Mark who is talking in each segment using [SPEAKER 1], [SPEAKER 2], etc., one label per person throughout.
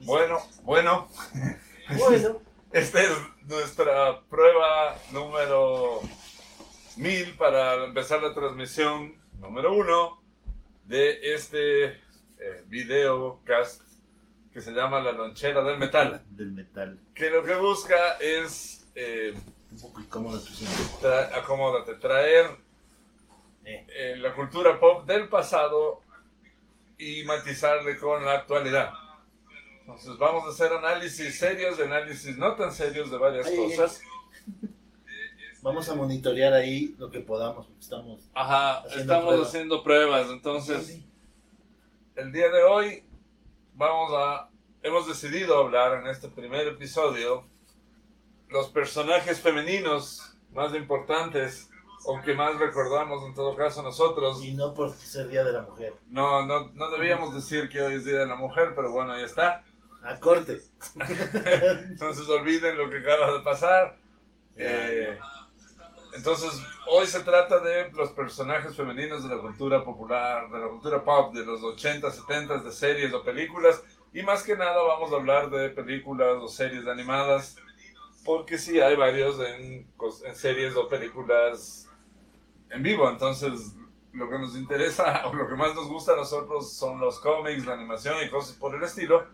[SPEAKER 1] Bueno, bueno.
[SPEAKER 2] Bueno,
[SPEAKER 1] Esta Pues es nuestra prueba número 1000 para empezar la transmisión número 1 de este eh, videocast que se llama La lonchera del metal.
[SPEAKER 2] del metal.
[SPEAKER 1] Que lo que busca es, eh,
[SPEAKER 2] Un poco incómodo tu siento.
[SPEAKER 1] tra- acomódate, traer
[SPEAKER 2] Eh.
[SPEAKER 1] eh, la cultura pop del pasado y matizarle con la actualidad. Entonces vamos a hacer análisis serios y análisis no tan serios de varias
[SPEAKER 2] Ay, ay, ay.
[SPEAKER 1] cosas.
[SPEAKER 2] Vamos a monitorear ahí lo que podamos, porque estamos.
[SPEAKER 1] Ajá,
[SPEAKER 2] Haciendo
[SPEAKER 1] estamos
[SPEAKER 2] pruebas.
[SPEAKER 1] haciendo pruebas. Entonces, el día de hoy vamos a. Hemos decidido hablar en este primer episodio los personajes femeninos más importantes o que más recordamos en todo caso nosotros.
[SPEAKER 2] Y no por ser Día de la Mujer.
[SPEAKER 1] No, no, no debíamos decir que hoy es Día de la Mujer, pero bueno, ahí está.
[SPEAKER 2] A corte.
[SPEAKER 1] Entonces olviden lo que acaba de pasar. Eh, entonces, hoy se trata de los personajes femeninos de la cultura popular, de la cultura pop, de los 80, 70, de series o películas. Y más que nada vamos a hablar de películas o series animadas, porque sí hay varios en, cos- en series o películas en vivo. Entonces, lo que nos interesa o lo que más nos gusta a nosotros son los cómics, la animación y cosas por el estilo.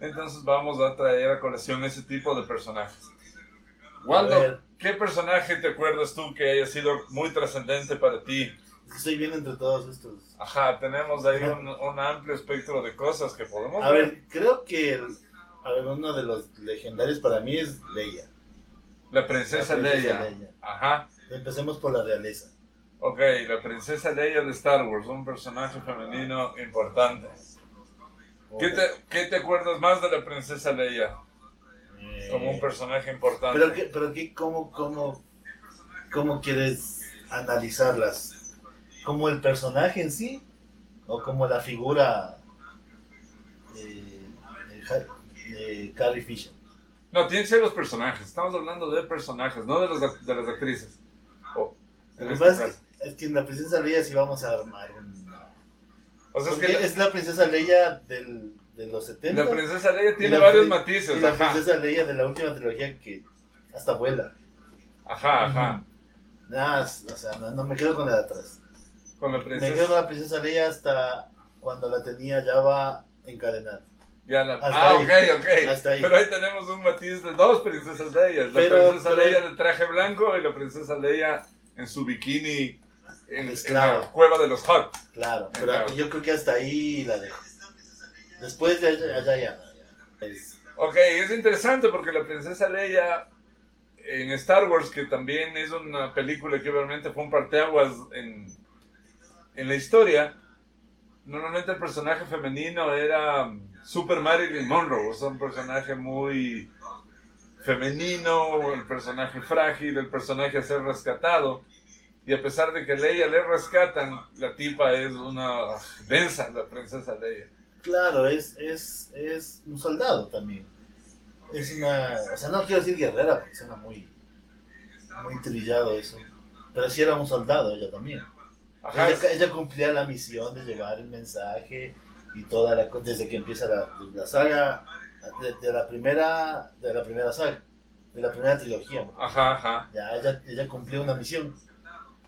[SPEAKER 1] Entonces vamos a traer a colación ese tipo de personajes.
[SPEAKER 2] A
[SPEAKER 1] Waldo,
[SPEAKER 2] ver.
[SPEAKER 1] ¿qué personaje te acuerdas tú que haya sido muy trascendente para ti?
[SPEAKER 2] Es que Estoy bien entre todos estos.
[SPEAKER 1] Ajá, tenemos ahí un, un amplio espectro de cosas que podemos
[SPEAKER 2] A ver, creo que. el- A ver, uno de los legendarios para mí es Leia.
[SPEAKER 1] La princesa,
[SPEAKER 2] La princesa
[SPEAKER 1] Leia.
[SPEAKER 2] Leia.
[SPEAKER 1] Ajá.
[SPEAKER 2] Empecemos por la realeza.
[SPEAKER 1] Ok, la princesa Leia de Star Wars, un personaje femenino importante. ¿Qué te, qué te acuerdas más de la princesa Leia
[SPEAKER 2] Eh,
[SPEAKER 1] como un personaje importante?
[SPEAKER 2] Pero que, pero que ¿cómo, cómo, cómo quieres analizarlas? ¿Como el personaje en sí? ¿O como la figura eh, de Ha- de Carrie Fisher?
[SPEAKER 1] No, tienen que ser los personajes. Estamos hablando de personajes, no de, los act- de las actrices. Oh, en
[SPEAKER 2] Lo que
[SPEAKER 1] este
[SPEAKER 2] pasa es
[SPEAKER 1] caso.
[SPEAKER 2] que, es que en la princesa Leia sí vamos a armar un...
[SPEAKER 1] o sea, es que
[SPEAKER 2] Porque es la princesa Leia del, de los
[SPEAKER 1] la,
[SPEAKER 2] 70.
[SPEAKER 1] la princesa Leia tiene
[SPEAKER 2] la
[SPEAKER 1] varios
[SPEAKER 2] prin-
[SPEAKER 1] matices.
[SPEAKER 2] y la
[SPEAKER 1] ajá.
[SPEAKER 2] princesa Leia de la última trilogía que hasta vuela.
[SPEAKER 1] ajá, ajá.
[SPEAKER 2] Nah, o sea, no, no me quedo con la de atrás.
[SPEAKER 1] Con la
[SPEAKER 2] Me quedo con
[SPEAKER 1] princesa.
[SPEAKER 2] la princesa Leia hasta cuando la tenía Java encadenada.
[SPEAKER 1] Ya la-
[SPEAKER 2] hasta
[SPEAKER 1] ah,
[SPEAKER 2] ahí.
[SPEAKER 1] ok, ok.
[SPEAKER 2] Hasta ahí.
[SPEAKER 1] Pero ahí tenemos un matiz de dos princesas Leias. La
[SPEAKER 2] Pero-
[SPEAKER 1] princesa
[SPEAKER 2] pero-
[SPEAKER 1] Leia de traje blanco y la princesa Leia en su bikini en, en la
[SPEAKER 2] Esclavo.
[SPEAKER 1] cueva de los Hot.
[SPEAKER 2] Claro, pero
[SPEAKER 1] Claro.
[SPEAKER 2] yo creo que hasta ahí la dejo. Después de allá, allá ya. ya. Es-
[SPEAKER 1] Ok, es interesante porque la princesa Leia en Star Wars, que también es una película que obviamente fue un parteaguas en, en la historia, normalmente el personaje femenino era mm, Super Marilyn Monroe, o sea, un personaje muy femenino, el personaje frágil, el personaje a ser rescatado. Y a pesar de que Leia le rescatan, la tipa es una ah, densa, la princesa Leia.
[SPEAKER 2] claro, es, es, es un soldado también. Es una. O sea, no quiero decir guerrera porque suena muy, muy trillado eso. Pero sí era un soldado ella también.
[SPEAKER 1] Ajá,
[SPEAKER 2] Ella, ella cumplía la misión de llevar el mensaje y toda la co- desde que empieza la, la saga de, de la primera de la primera saga de la primera trilogía
[SPEAKER 1] ajá, ajá.
[SPEAKER 2] ya ella, ella cumplió una misión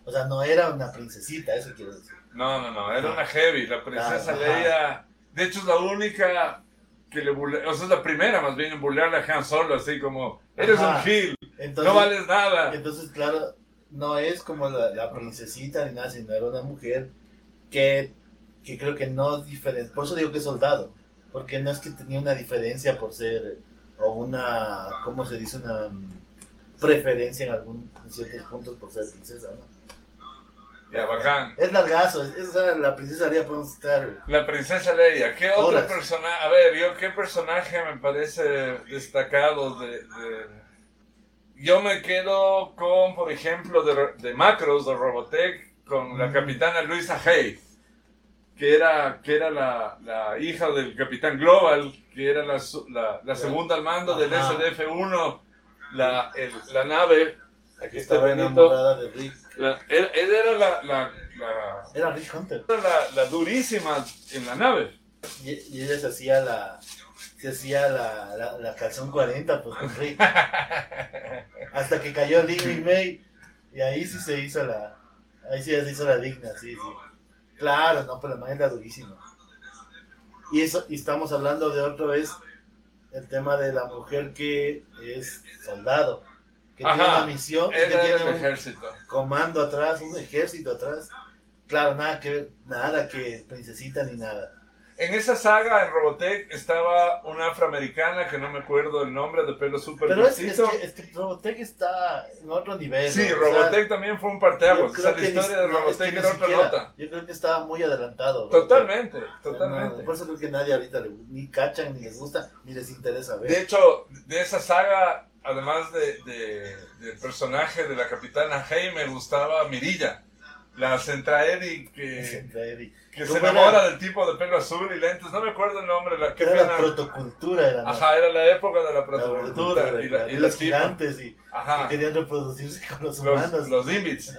[SPEAKER 2] o sea no era una princesita eso quiero decir
[SPEAKER 1] No, no, no, era
[SPEAKER 2] Ajá.
[SPEAKER 1] una heavy. La princesa
[SPEAKER 2] Ajá.
[SPEAKER 1] Leia, de hecho, es la única que le bulea, o sea, es la primera más bien en bulearle a Han Solo, así como, eres
[SPEAKER 2] Ajá.
[SPEAKER 1] un gil,
[SPEAKER 2] entonces
[SPEAKER 1] no vales nada.
[SPEAKER 2] entonces claro no es como la, la princesita ni nada sino era una mujer que que creo que no diferencia por eso digo que es soldado porque no es que tenía una diferencia por ser o una cómo se dice una mm, preferencia en algún en ciertos puntos por ser princesa ¿no?
[SPEAKER 1] Ya, bacán.
[SPEAKER 2] es largazo es, es la princesa Leia podemos estar
[SPEAKER 1] La princesa Leia, ¿qué otro
[SPEAKER 2] Horas.
[SPEAKER 1] personaje? A ver, yo, ¿qué personaje me parece destacado de... de- Yo me quedo con, por ejemplo, de, de Macros, de Robotech, con la
[SPEAKER 2] Mm.
[SPEAKER 1] capitana Luisa Hay, que era, que era la, la hija del capitán Global, que era la, su- la, la segunda al mando del
[SPEAKER 2] Ajá.
[SPEAKER 1] SDF-1, la, el- la nave. Aquí está
[SPEAKER 2] estaba
[SPEAKER 1] Benito.
[SPEAKER 2] enamorada de Rick
[SPEAKER 1] La- él, él era la- la- la
[SPEAKER 2] era Rick Hunter
[SPEAKER 1] era la, la durísima en la nave.
[SPEAKER 2] y, y ella se hacía la se hacía la, la, la calzón 40 pues, con Rick. Hasta que cayó Living May y ahí sí se hizo la. Ahí sí se hizo la digna, sí, sí. Claro, no, pero la man era durísima. Y eso, y estamos hablando de otra vez el tema de la mujer que es soldado, que
[SPEAKER 1] Ajá,
[SPEAKER 2] tiene una misión, que
[SPEAKER 1] Era
[SPEAKER 2] tiene
[SPEAKER 1] del
[SPEAKER 2] un
[SPEAKER 1] ejército.
[SPEAKER 2] comando atrás, un ejército atrás. Claro, nada que ver, nada que princesita ni nada.
[SPEAKER 1] En esa saga, en Robotech, estaba una afroamericana que no me acuerdo el nombre, de pelo súper
[SPEAKER 2] Pero es, es
[SPEAKER 1] cortito.
[SPEAKER 2] que, es que Robotech está en otro nivel.
[SPEAKER 1] Sí,
[SPEAKER 2] ¿no? O sea,
[SPEAKER 1] Robotech también fue un parteaguas. O sea, la
[SPEAKER 2] ni-
[SPEAKER 1] historia de
[SPEAKER 2] no, es
[SPEAKER 1] Robotech
[SPEAKER 2] que
[SPEAKER 1] era
[SPEAKER 2] ni
[SPEAKER 1] otra
[SPEAKER 2] siquiera.
[SPEAKER 1] nota.
[SPEAKER 2] Yo creo que estaba muy adelantado. Robotech.
[SPEAKER 1] Totalmente,
[SPEAKER 2] No,
[SPEAKER 1] totalmente.
[SPEAKER 2] por eso creo que nadie ahorita le, ni cachan, ni les gusta, ni les interesa ver.
[SPEAKER 1] De hecho, de esa saga, además de, de- del personaje de la capitana Hey, me gustaba Mirilla, la Centraeri que,
[SPEAKER 2] Entre Eric.
[SPEAKER 1] que se
[SPEAKER 2] ¿Cómo era?
[SPEAKER 1] enamora del tipo de pelo azul y lentes. No me acuerdo el nombre, la qué
[SPEAKER 2] Era la
[SPEAKER 1] pena.
[SPEAKER 2] protocultura, era la-
[SPEAKER 1] Ajá, era la época de la
[SPEAKER 2] la
[SPEAKER 1] protocultura
[SPEAKER 2] verdura,
[SPEAKER 1] y la, y
[SPEAKER 2] y
[SPEAKER 1] la
[SPEAKER 2] los
[SPEAKER 1] tipa.
[SPEAKER 2] gigantes y
[SPEAKER 1] Ajá,
[SPEAKER 2] que querían reproducirse con los humanos.
[SPEAKER 1] los, los Invits.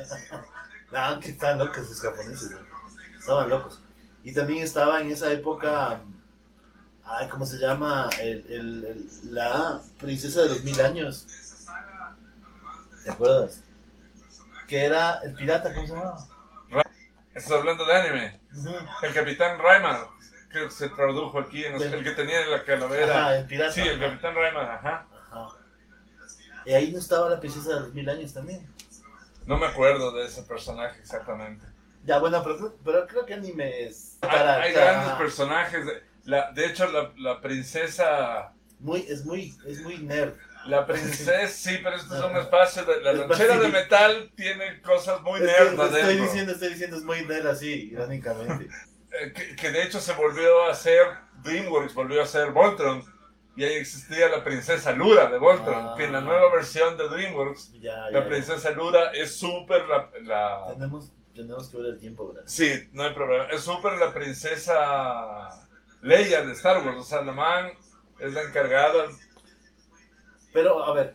[SPEAKER 2] No, que estaban Ah, locos los japoneses, güey. estaban locos. Y también estaba en esa época, ay, ¿cómo se llama? El, el- el- la princesa de los mil años. ¿Te acuerdas? Que era el pirata, ¿cómo se llamaba?
[SPEAKER 1] Estás hablando de anime.
[SPEAKER 2] Ujú.
[SPEAKER 1] El Capitán Rayman, que se tradujo aquí, en los- el que tenía la calavera.
[SPEAKER 2] Ajá, el pirata.
[SPEAKER 1] Sí, el Capitán Rayman, ajá.
[SPEAKER 2] Ajá. Y ahí no estaba la princesa de los mil años también.
[SPEAKER 1] No me acuerdo de ese personaje exactamente.
[SPEAKER 2] Ya, bueno, pero, pero creo que anime es
[SPEAKER 1] Hay-
[SPEAKER 2] para
[SPEAKER 1] hay
[SPEAKER 2] para-
[SPEAKER 1] grandes personajes. de- La, de hecho, la, la princesa.
[SPEAKER 2] muy, es muy, es muy nerd.
[SPEAKER 1] La princesa, sí, pero este es un
[SPEAKER 2] Ah, Ajá.
[SPEAKER 1] espacio. De, la
[SPEAKER 2] Es
[SPEAKER 1] lonchera de
[SPEAKER 2] bastante-
[SPEAKER 1] metal tiene cosas muy
[SPEAKER 2] Es que
[SPEAKER 1] nerdas
[SPEAKER 2] estoy
[SPEAKER 1] adentro.
[SPEAKER 2] diciendo, estoy diciendo, es muy nerd así, irónicamente.
[SPEAKER 1] Eh, que, que de hecho se volvió a hacer. DreamWorks volvió a hacer Voltron. Y ahí existía la princesa Lura de Voltron.
[SPEAKER 2] Ah.
[SPEAKER 1] Que en la nueva versión de DreamWorks,
[SPEAKER 2] Ya, ya,
[SPEAKER 1] la
[SPEAKER 2] ya.
[SPEAKER 1] princesa Lura es súper la. la-
[SPEAKER 2] Tenemos, tenemos que ver el tiempo, ¿verdad?
[SPEAKER 1] Sí, no hay problema. Es súper la princesa Leia de Star Wars. O sea, la man es la encargada
[SPEAKER 2] Pero, a ver,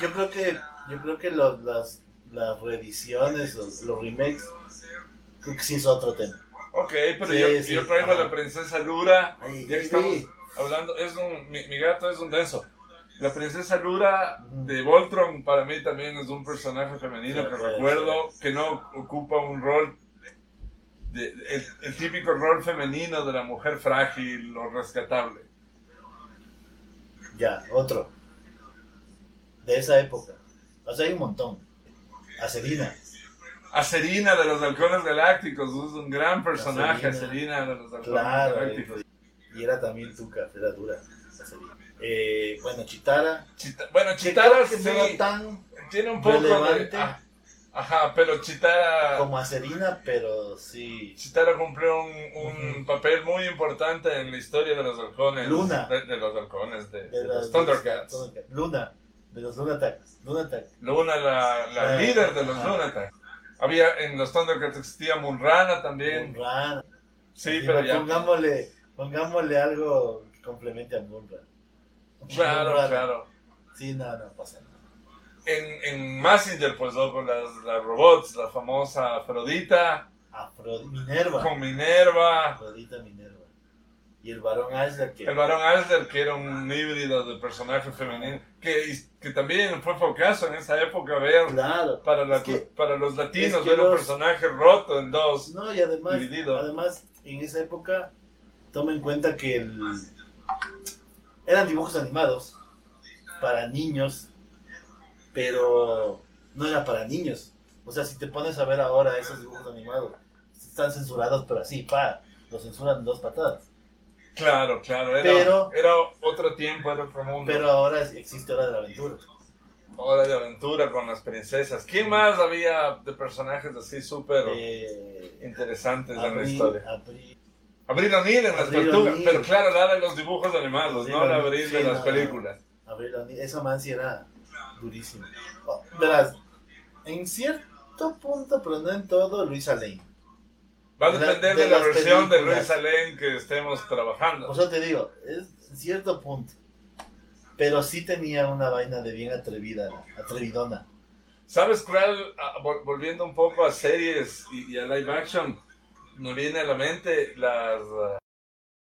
[SPEAKER 2] yo creo que, yo creo que los, las, las reediciones, los, los remakes, creo que sí es otro tema.
[SPEAKER 1] Ok, pero
[SPEAKER 2] Sí,
[SPEAKER 1] yo,
[SPEAKER 2] sí,
[SPEAKER 1] yo traigo a
[SPEAKER 2] ajá.
[SPEAKER 1] la princesa Lura.
[SPEAKER 2] Ay,
[SPEAKER 1] Ya que estamos hablando, es un, mi, mi gato es un denso. La princesa Lura
[SPEAKER 2] Ujú.
[SPEAKER 1] de Voltron para mí también es un personaje femenino
[SPEAKER 2] Sí,
[SPEAKER 1] que
[SPEAKER 2] sí,
[SPEAKER 1] recuerdo que no ocupa un rol, de- el, el típico rol femenino de la mujer frágil o rescatable.
[SPEAKER 2] Ya, otro. De esa época. O sea, hay un montón. Acelina.
[SPEAKER 1] Acerina de los Halcones Galácticos, es un gran personaje,
[SPEAKER 2] Acerina.
[SPEAKER 1] Acerina de los Halcones
[SPEAKER 2] Claro. eh,
[SPEAKER 1] Galácticos.
[SPEAKER 2] Y era también tuca, era dura. Acelina. Eh, bueno, Chitara.
[SPEAKER 1] Chita- bueno,
[SPEAKER 2] que
[SPEAKER 1] Chitara
[SPEAKER 2] creo que
[SPEAKER 1] sí,
[SPEAKER 2] no era tan
[SPEAKER 1] tiene un poco
[SPEAKER 2] relevante.
[SPEAKER 1] de... ah, ajá, pero Chitara...
[SPEAKER 2] como Acelina, pero sí.
[SPEAKER 1] Chitara cumplió un, un papel muy importante en la historia de los halcones.
[SPEAKER 2] Luna.
[SPEAKER 1] De, de los halcones, de, de
[SPEAKER 2] las-
[SPEAKER 1] los Thundercats.
[SPEAKER 2] Luna. De los Lunataks. Lunataks.
[SPEAKER 1] Luna, la, la
[SPEAKER 2] Ah,
[SPEAKER 1] líder de los
[SPEAKER 2] ajá.
[SPEAKER 1] Lunataks. Había, en los Thundercats existía Munrana también.
[SPEAKER 2] Moonrun.
[SPEAKER 1] Sí,
[SPEAKER 2] Sí,
[SPEAKER 1] pero
[SPEAKER 2] pero
[SPEAKER 1] ya.
[SPEAKER 2] Pongámosle, pongámosle algo que complemente a Moonrun.
[SPEAKER 1] Claro,
[SPEAKER 2] Moonrun.
[SPEAKER 1] claro.
[SPEAKER 2] Sí, no, no pasa nada.
[SPEAKER 1] En, en Massinger, pues, ¿no? con las, las robots, la famosa Afrodita,
[SPEAKER 2] Afro, Minerva.
[SPEAKER 1] con Minerva,
[SPEAKER 2] Afrodita Minerva. Y el varón Asher que...
[SPEAKER 1] el varón Asler, que era un híbrido de personaje femenino, que, que también fue fracaso en esa época ver
[SPEAKER 2] Claro.
[SPEAKER 1] Para, la-
[SPEAKER 2] Es que-
[SPEAKER 1] para los latinos,
[SPEAKER 2] es que
[SPEAKER 1] ver un
[SPEAKER 2] los-
[SPEAKER 1] personaje roto en dos.
[SPEAKER 2] No, y además,
[SPEAKER 1] Dividido.
[SPEAKER 2] además en esa época, toma en cuenta que el... eran dibujos animados para niños, pero no era para niños. O sea, si te pones a ver ahora esos dibujos animados, están censurados, pero así, pa, los censuran dos patadas.
[SPEAKER 1] Claro, claro, era,
[SPEAKER 2] Pero-
[SPEAKER 1] era otro tiempo, era otro mundo.
[SPEAKER 2] Pero ahora existe Hora de la Aventura.
[SPEAKER 1] Hora de aventura con las princesas. ¿Quién más había de personajes así súper
[SPEAKER 2] Eh,
[SPEAKER 1] interesantes en la
[SPEAKER 2] Abril-
[SPEAKER 1] historia?
[SPEAKER 2] Abril-
[SPEAKER 1] Abril O'Neill en las
[SPEAKER 2] Abril
[SPEAKER 1] tortugas,
[SPEAKER 2] O'Neil.
[SPEAKER 1] pero claro, la de los dibujos animados,
[SPEAKER 2] Sí,
[SPEAKER 1] no la
[SPEAKER 2] la-
[SPEAKER 1] Abril
[SPEAKER 2] sí,
[SPEAKER 1] de las
[SPEAKER 2] la-
[SPEAKER 1] películas.
[SPEAKER 2] Abril O'Neil, esa man sí era durísima. Oh, verás, en cierto punto, pero no en todo, Luisa Lane.
[SPEAKER 1] Va a
[SPEAKER 2] de la-
[SPEAKER 1] depender de,
[SPEAKER 2] de
[SPEAKER 1] la
[SPEAKER 2] las
[SPEAKER 1] versión de Luis
[SPEAKER 2] películas.
[SPEAKER 1] Alén que estemos trabajando.
[SPEAKER 2] O sea, te digo, es en cierto punto. Pero sí tenía una vaina de bien atrevida, atrevidona.
[SPEAKER 1] ¿Sabes cuál? Ah, vol- Volviendo un poco a series y, y a live action, me viene a la mente las, ah,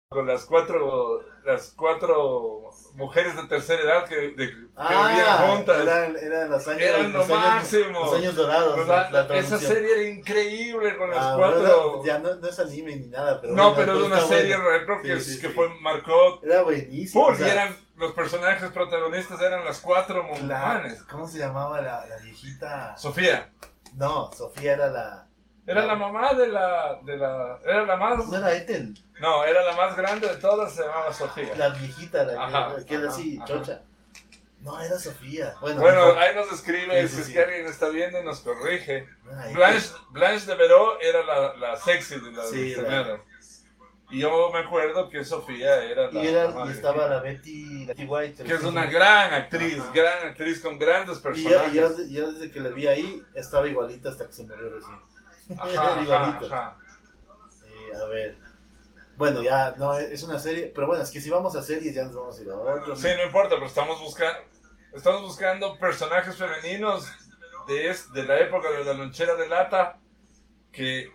[SPEAKER 1] con las cuatro las cuatro mujeres de tercera edad que, de, que
[SPEAKER 2] Ah,
[SPEAKER 1] vivían juntas.
[SPEAKER 2] Eran, eran los años,
[SPEAKER 1] Eran lo
[SPEAKER 2] los años-
[SPEAKER 1] máximo.
[SPEAKER 2] los años dorados.
[SPEAKER 1] ¿Verdad?
[SPEAKER 2] la- la
[SPEAKER 1] Esa
[SPEAKER 2] traducción.
[SPEAKER 1] serie era increíble con las
[SPEAKER 2] Ah,
[SPEAKER 1] cuatro.
[SPEAKER 2] bueno, ya no, no es anime ni nada, pero.
[SPEAKER 1] no,
[SPEAKER 2] bueno,
[SPEAKER 1] pero era una
[SPEAKER 2] está
[SPEAKER 1] serie
[SPEAKER 2] bueno.
[SPEAKER 1] retro que,
[SPEAKER 2] Sí, sí,
[SPEAKER 1] que
[SPEAKER 2] sí.
[SPEAKER 1] fue, marcó.
[SPEAKER 2] Era buenísimo.
[SPEAKER 1] ¡pum!
[SPEAKER 2] o sea,
[SPEAKER 1] y eran los personajes protagonistas, eran las cuatro
[SPEAKER 2] la-
[SPEAKER 1] mujeres.
[SPEAKER 2] ¿Cómo se llamaba la, la viejita?
[SPEAKER 1] Sofía,
[SPEAKER 2] No, Sofía era la.
[SPEAKER 1] era
[SPEAKER 2] No.
[SPEAKER 1] la mamá de la, de la. Era la más.
[SPEAKER 2] No era Ethel,
[SPEAKER 1] No, era la más grande de todas, se llamaba Sofía.
[SPEAKER 2] la viejita, la que-
[SPEAKER 1] Ajá,
[SPEAKER 2] que, era
[SPEAKER 1] ajá,
[SPEAKER 2] así,
[SPEAKER 1] ajá.
[SPEAKER 2] chocha. No, era Sofía. Bueno,
[SPEAKER 1] Bueno,
[SPEAKER 2] no,
[SPEAKER 1] ahí nos escribe,
[SPEAKER 2] Sí, sí,
[SPEAKER 1] si es
[SPEAKER 2] sí.
[SPEAKER 1] que alguien está viendo y nos corrige.
[SPEAKER 2] no era Ethel.
[SPEAKER 1] Blanche, Blanche de Veró era la, la sexy de las
[SPEAKER 2] Sí, la-
[SPEAKER 1] primeras. Y yo me acuerdo que Sofía era la.
[SPEAKER 2] Y, era, y
[SPEAKER 1] madre.
[SPEAKER 2] estaba la Betty, la Betty White.
[SPEAKER 1] Que es
[SPEAKER 2] la-
[SPEAKER 1] una gran actriz,
[SPEAKER 2] Ajá.
[SPEAKER 1] gran actriz con grandes
[SPEAKER 2] Y ya,
[SPEAKER 1] personajes.
[SPEAKER 2] ya desde- ya desde que la vi ahí, estaba igualita hasta que se murió recién.
[SPEAKER 1] Ajá, ajá,
[SPEAKER 2] igualita.
[SPEAKER 1] ajá.
[SPEAKER 2] Eh, a ver. Bueno, ya, no, es una serie. Pero bueno, es que si vamos a series, ya nos vamos a ir a otro.
[SPEAKER 1] Sí, no importa, pero estamos buscando estamos buscando personajes femeninos de, es- de la época de la lonchera de lata que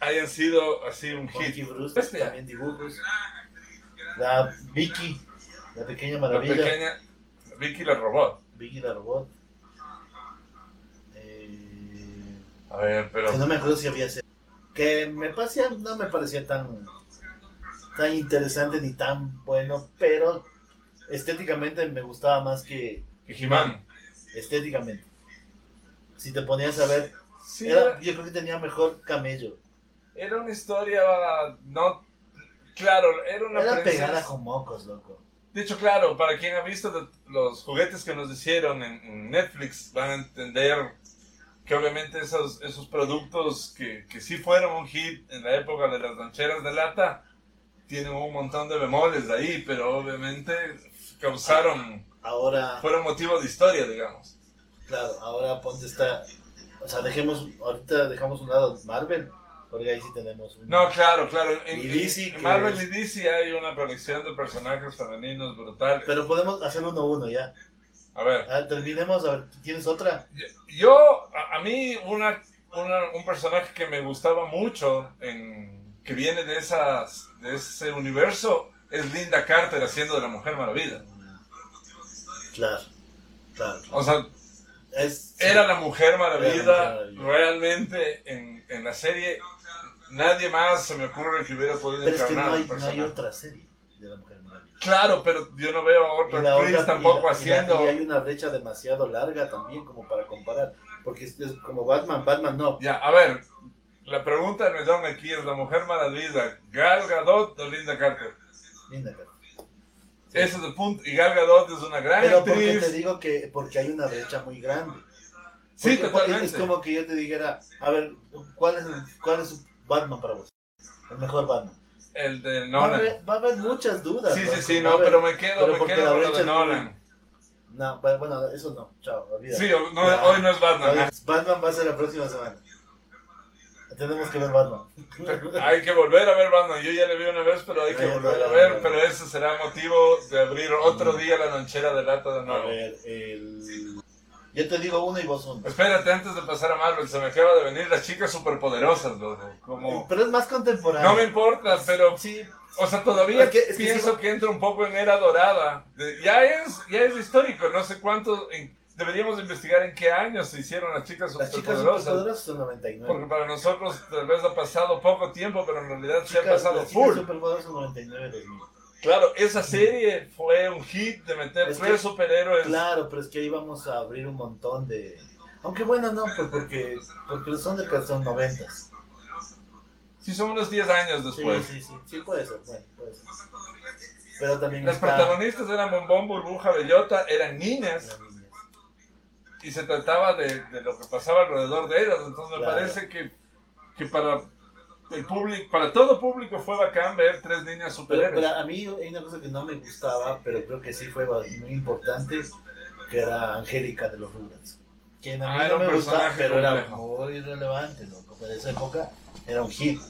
[SPEAKER 1] hayan sido así un
[SPEAKER 2] Monkey
[SPEAKER 1] hit.
[SPEAKER 2] Bruce,
[SPEAKER 1] Bestia.
[SPEAKER 2] también dibujos. La Vicky, la pequeña
[SPEAKER 1] La
[SPEAKER 2] maravilla.
[SPEAKER 1] pequeña Vicky la robot.
[SPEAKER 2] Vicky la robot. Eh,
[SPEAKER 1] A ver, pero
[SPEAKER 2] que no me acuerdo si había serie. Que me parecía, no me parecía tan, tan interesante ni tan bueno, pero estéticamente me gustaba más que
[SPEAKER 1] Jimán.
[SPEAKER 2] estéticamente. Si te ponías a ver,
[SPEAKER 1] Sí,
[SPEAKER 2] era,
[SPEAKER 1] era,
[SPEAKER 2] yo creo que tenía mejor camello.
[SPEAKER 1] era una historia no claro, era una
[SPEAKER 2] Era
[SPEAKER 1] princesa.
[SPEAKER 2] pegada con mocos, loco.
[SPEAKER 1] De hecho, claro, para quien ha visto de- los juguetes que nos hicieron en, en Netflix, van a entender que obviamente esos, esos productos que, que sí fueron un hit en la época de las loncheras de lata, tienen un montón de bemoles de ahí, pero obviamente causaron,
[SPEAKER 2] Ahora,
[SPEAKER 1] fueron motivo de historia, digamos.
[SPEAKER 2] claro, ahora ponte esta. O sea, dejemos, ahorita dejamos un lado Marvel, porque ahí sí tenemos un.
[SPEAKER 1] No, claro, claro. En,
[SPEAKER 2] Y DC
[SPEAKER 1] en
[SPEAKER 2] que-
[SPEAKER 1] Marvel y DC hay una colección de personajes femeninos brutales.
[SPEAKER 2] Pero podemos hacer uno a uno ya.
[SPEAKER 1] A ver,
[SPEAKER 2] Ah, terminemos, a ver, ¿tienes otra?
[SPEAKER 1] Yo, a, a mí, una, una- un personaje que me gustaba mucho, en, que viene de, esas, de ese universo, es Linda Carter haciendo de la Mujer Maravilla.
[SPEAKER 2] Claro, claro.
[SPEAKER 1] O sea,
[SPEAKER 2] Es,
[SPEAKER 1] era la Mujer
[SPEAKER 2] Era la
[SPEAKER 1] Maravilla
[SPEAKER 2] Mujer Maravilla.
[SPEAKER 1] realmente en, en la serie. Nadie más se me ocurre que hubiera podido
[SPEAKER 2] pero es que no
[SPEAKER 1] encarnar al
[SPEAKER 2] hay, no hay
[SPEAKER 1] personaje.
[SPEAKER 2] otra serie de la Mujer Maravilla.
[SPEAKER 1] Claro, pero yo no veo a
[SPEAKER 2] Y
[SPEAKER 1] otra
[SPEAKER 2] la
[SPEAKER 1] actriz
[SPEAKER 2] otra-
[SPEAKER 1] tampoco
[SPEAKER 2] y la- y la-
[SPEAKER 1] haciendo.
[SPEAKER 2] Y hay una brecha demasiado larga también como para comparar. Porque es, es como Batman, Batman no.
[SPEAKER 1] Ya, a ver, la pregunta del millón aquí es: ¿la Mujer Maravilla, Gal Gadot o Linda Carter?
[SPEAKER 2] Linda, pero- Sí.
[SPEAKER 1] Ese es el punto. Y Gal Gadot es una gran
[SPEAKER 2] Pero porque te
[SPEAKER 1] actriz.
[SPEAKER 2] digo que porque hay una brecha muy grande.
[SPEAKER 1] Sí,
[SPEAKER 2] Porque-
[SPEAKER 1] totalmente.
[SPEAKER 2] Es como que yo te dijera, a ver, ¿cuál es, el- cuál es Batman para vos? El mejor Batman.
[SPEAKER 1] El de
[SPEAKER 2] Va a
[SPEAKER 1] Nolan.
[SPEAKER 2] haber- va a haber muchas dudas.
[SPEAKER 1] sí,
[SPEAKER 2] ¿no?
[SPEAKER 1] sí, sí,
[SPEAKER 2] Va a
[SPEAKER 1] no,
[SPEAKER 2] haber-
[SPEAKER 1] pero me quedo,
[SPEAKER 2] pero
[SPEAKER 1] me
[SPEAKER 2] porque
[SPEAKER 1] quedo
[SPEAKER 2] la
[SPEAKER 1] con lo
[SPEAKER 2] brecha
[SPEAKER 1] de
[SPEAKER 2] es
[SPEAKER 1] Nolan.
[SPEAKER 2] No, pero bueno, eso no, chao, olvídalo.
[SPEAKER 1] Sí, o- no,
[SPEAKER 2] Ya.
[SPEAKER 1] hoy no es Batman. ¿eh?
[SPEAKER 2] Oye, Batman va a ser la próxima semana. Tenemos que ver Batman.
[SPEAKER 1] Hay que volver a ver Batman. Yo ya le vi una vez, pero hay que
[SPEAKER 2] Ya, ya,
[SPEAKER 1] volver
[SPEAKER 2] ya,
[SPEAKER 1] a
[SPEAKER 2] ya,
[SPEAKER 1] ver.
[SPEAKER 2] ya.
[SPEAKER 1] Pero ese será motivo de abrir otro día la lonchera de lata de
[SPEAKER 2] A
[SPEAKER 1] nuevo.
[SPEAKER 2] ver, el... yo te digo uno y vos uno.
[SPEAKER 1] Espérate, antes de pasar a Marvel, se me acaba de venir las chicas superpoderosas, loco. Como...
[SPEAKER 2] Pero es más contemporáneo.
[SPEAKER 1] No me importa, pero
[SPEAKER 2] Sí,
[SPEAKER 1] O sea, todavía
[SPEAKER 2] Es que- es que
[SPEAKER 1] pienso
[SPEAKER 2] sí-
[SPEAKER 1] que entra un poco en era dorada. De- ya, es, ya es histórico, no sé cuánto. en- deberíamos investigar en qué año se hicieron las chicas
[SPEAKER 2] las chicas
[SPEAKER 1] superpoderosas.
[SPEAKER 2] superpoderosas son 99.
[SPEAKER 1] Porque para nosotros tal vez ha pasado poco tiempo, pero en realidad se ha
[SPEAKER 2] Chicas-
[SPEAKER 1] pasado
[SPEAKER 2] las chicas
[SPEAKER 1] full. Pues-
[SPEAKER 2] superpoderosas son 99 2000.
[SPEAKER 1] Claro, esa serie fue un hit de meter
[SPEAKER 2] Es que-
[SPEAKER 1] tres superhéroes.
[SPEAKER 2] Claro, pero es que ahí vamos a abrir un montón de... Aunque bueno, no, pues porque, porque los Thundercats son 90.
[SPEAKER 1] Sí, son unos 10 años
[SPEAKER 2] Sí,
[SPEAKER 1] después.
[SPEAKER 2] sí, sí, sí, puede ser, bueno, puede ser. Pero también
[SPEAKER 1] Las
[SPEAKER 2] está...
[SPEAKER 1] protagonistas eran Bombón, Burbuja, Bellota, eran niñas y se trataba de, de lo que pasaba alrededor de ellas. Entonces me
[SPEAKER 2] Claro.
[SPEAKER 1] parece que, que para el público, para todo público fue bacán ver tres niñas
[SPEAKER 2] Pero, pero
[SPEAKER 1] superhéroes.
[SPEAKER 2] a mí hay una cosa que no me gustaba, pero creo que sí fue muy importante, que era Angélica de los Rugrats. Que a mí
[SPEAKER 1] Ah, era
[SPEAKER 2] no
[SPEAKER 1] un
[SPEAKER 2] me gustaba,
[SPEAKER 1] personaje
[SPEAKER 2] pero era
[SPEAKER 1] complejo.
[SPEAKER 2] muy relevante, loco. Para esa época era un hit.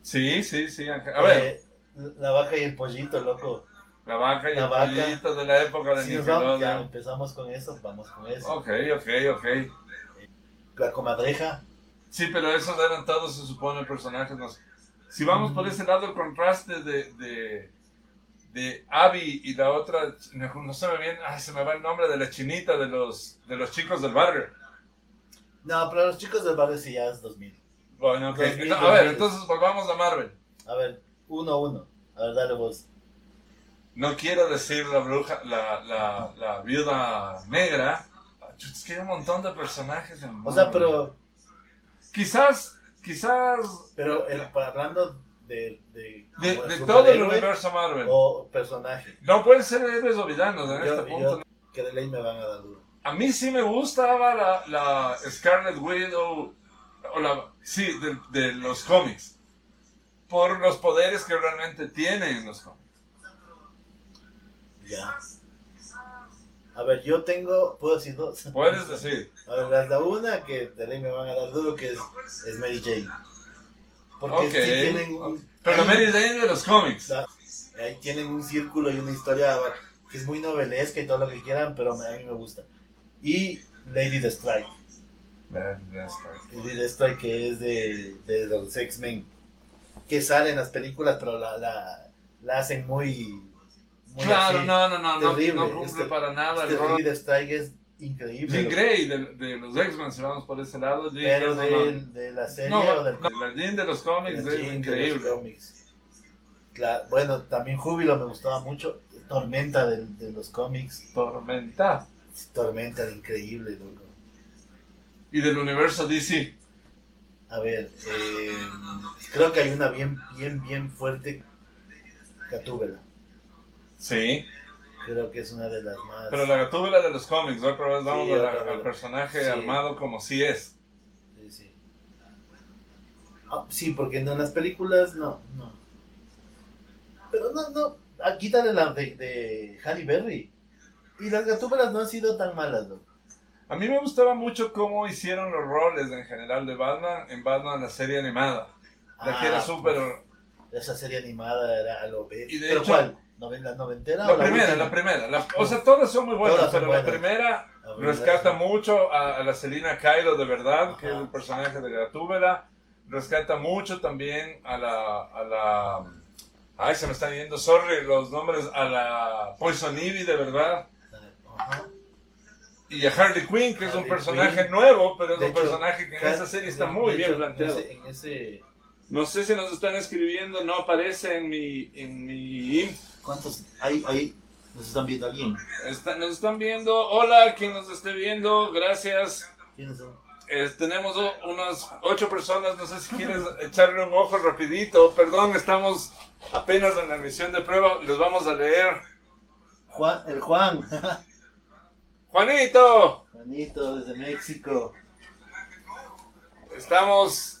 [SPEAKER 1] Sí, sí, sí. Ángel. A ver,
[SPEAKER 2] Eh, la vaca y el pollito, loco.
[SPEAKER 1] la vaca y
[SPEAKER 2] la
[SPEAKER 1] el
[SPEAKER 2] vaca.
[SPEAKER 1] pollito de la época de
[SPEAKER 2] Si nos vamos, ya
[SPEAKER 1] Nickelodeon. Oh.
[SPEAKER 2] empezamos con eso, vamos con eso.
[SPEAKER 1] Ok, ok, ok.
[SPEAKER 2] La comadreja,
[SPEAKER 1] Sí, pero esos eran todos, se supone, personajes. más- Si vamos por ese lado, el contraste de, de, de Abby y la otra, no, no se me bien, ay, se me va el nombre de la chinita de los, de los chicos del barrio.
[SPEAKER 2] No, pero los chicos del barrio sí ya es 2000.
[SPEAKER 1] Bueno, ok.
[SPEAKER 2] 2000,
[SPEAKER 1] a ver,
[SPEAKER 2] 2000.
[SPEAKER 1] entonces volvamos a Marvel.
[SPEAKER 2] A ver, uno, uno. A ver, dale vos.
[SPEAKER 1] No quiero decir la bruja, la, la, la viuda negra. Chut, Es que hay un montón de personajes en
[SPEAKER 2] O sea,
[SPEAKER 1] Marvel.
[SPEAKER 2] pero,
[SPEAKER 1] Quizás, quizás
[SPEAKER 2] pero el- para- hablando de, de,
[SPEAKER 1] de,
[SPEAKER 2] como
[SPEAKER 1] de todo el
[SPEAKER 2] superhéroe
[SPEAKER 1] universo Marvel.
[SPEAKER 2] o personaje.
[SPEAKER 1] No pueden ser héroes o villanos en este
[SPEAKER 2] Yo,
[SPEAKER 1] punto.
[SPEAKER 2] yo que de ley me van a dar duro.
[SPEAKER 1] A mí sí me gustaba la, la Scarlet Widow, o la, sí, de, de los cómics, por los poderes que realmente tienen en los cómics.
[SPEAKER 2] Ya. A ver, yo tengo, puedo decir dos.
[SPEAKER 1] Puedes decir,
[SPEAKER 2] A ver, hasta una que de ley me van a dar duro, que es, es Mary Jane. Porque
[SPEAKER 1] Ok.
[SPEAKER 2] sí tienen un,
[SPEAKER 1] pero Mary Jane de los cómics.
[SPEAKER 2] la- ahí tienen un círculo y una historia que es muy novelesca y todo lo que quieran, pero a mí me gusta. Y Lady Deathstrike. Lady Deathstrike que es de, de los X-Men. Que sale en las películas, pero la, la, la hacen muy... muy
[SPEAKER 1] Claro,
[SPEAKER 2] así.
[SPEAKER 1] no, no, no, no,
[SPEAKER 2] terrible,
[SPEAKER 1] no cumple
[SPEAKER 2] este-
[SPEAKER 1] para nada
[SPEAKER 2] Este
[SPEAKER 1] el rol.
[SPEAKER 2] Lady Deathstrike es increíble.
[SPEAKER 1] Jean Grey de, de los X-Men, si vamos por ese lado. Jean
[SPEAKER 2] Pero
[SPEAKER 1] Grey, no,
[SPEAKER 2] de,
[SPEAKER 1] no.
[SPEAKER 2] de la serie
[SPEAKER 1] No,
[SPEAKER 2] o del
[SPEAKER 1] la Jean de los cómics
[SPEAKER 2] del
[SPEAKER 1] es
[SPEAKER 2] cine, de
[SPEAKER 1] increíble.
[SPEAKER 2] los cómics. Claro, bueno, también Júbilo me gustaba mucho. Tormenta de, de los cómics.
[SPEAKER 1] Tormenta.
[SPEAKER 2] Tormenta de increíble, loco.
[SPEAKER 1] Y del universo DC.
[SPEAKER 2] A ver, eh, creo que hay una bien, bien, bien fuerte. Catúbela.
[SPEAKER 1] Sí.
[SPEAKER 2] Creo que es una de las más.
[SPEAKER 1] Pero la gatúbela de los cómics, otra vez vamos
[SPEAKER 2] Sí,
[SPEAKER 1] a la-
[SPEAKER 2] otra vez.
[SPEAKER 1] al personaje
[SPEAKER 2] Sí.
[SPEAKER 1] armado como sí es.
[SPEAKER 2] Sí, sí. Ah, sí, porque no, en las películas no, no. Pero no, no. Ah, quítale la de, de Halle Berry. Y las gatúbelas no han sido tan malas, ¿no?
[SPEAKER 1] A mí me gustaba mucho cómo hicieron los roles en general de Batman en Batman la serie animada. La
[SPEAKER 2] Ah,
[SPEAKER 1] que era súper...
[SPEAKER 2] pues, Esa serie animada era a lo
[SPEAKER 1] Y
[SPEAKER 2] bestia.
[SPEAKER 1] de
[SPEAKER 2] ¿Pero
[SPEAKER 1] hecho-
[SPEAKER 2] cuál? ¿Noven- ¿La noventera o
[SPEAKER 1] La
[SPEAKER 2] la
[SPEAKER 1] primera,
[SPEAKER 2] última?
[SPEAKER 1] la primera. la- o sea, todas son muy buenas,
[SPEAKER 2] Todas son
[SPEAKER 1] pero la
[SPEAKER 2] buenas.
[SPEAKER 1] primera
[SPEAKER 2] La primera,
[SPEAKER 1] rescata
[SPEAKER 2] sí.
[SPEAKER 1] mucho a, a la Selina Kylo de verdad, que es
[SPEAKER 2] Ajá.
[SPEAKER 1] el personaje de Gatúbela. Rescata mucho también a la... A la ay, se me están yendo, sorry, los nombres, a la Poison Ivy de verdad.
[SPEAKER 2] Ajá.
[SPEAKER 1] y a Harley Quinn, que es un
[SPEAKER 2] Harley
[SPEAKER 1] personaje
[SPEAKER 2] Quinn.
[SPEAKER 1] nuevo, pero es
[SPEAKER 2] De
[SPEAKER 1] un
[SPEAKER 2] hecho,
[SPEAKER 1] personaje que en esa serie está
[SPEAKER 2] de-
[SPEAKER 1] muy
[SPEAKER 2] de
[SPEAKER 1] bien
[SPEAKER 2] hecho,
[SPEAKER 1] planteado.
[SPEAKER 2] En ese, en ese-
[SPEAKER 1] No sé si nos están escribiendo, no aparece en mi... En mi...
[SPEAKER 2] ¿Cuántos? Ahí, ahí. ¿Nos están viendo alguien?
[SPEAKER 1] Está- nos están viendo, hola, quien nos esté viendo, gracias.
[SPEAKER 2] ¿Quiénes son?
[SPEAKER 1] Es- Eh, tenemos o- unas ocho personas, no sé si quieres echarle un ojo rapidito. Perdón, estamos apenas en la misión de prueba, les vamos a leer.
[SPEAKER 2] Juan, el Juan.
[SPEAKER 1] Juanito,
[SPEAKER 2] Juanito, desde México.
[SPEAKER 1] estamos...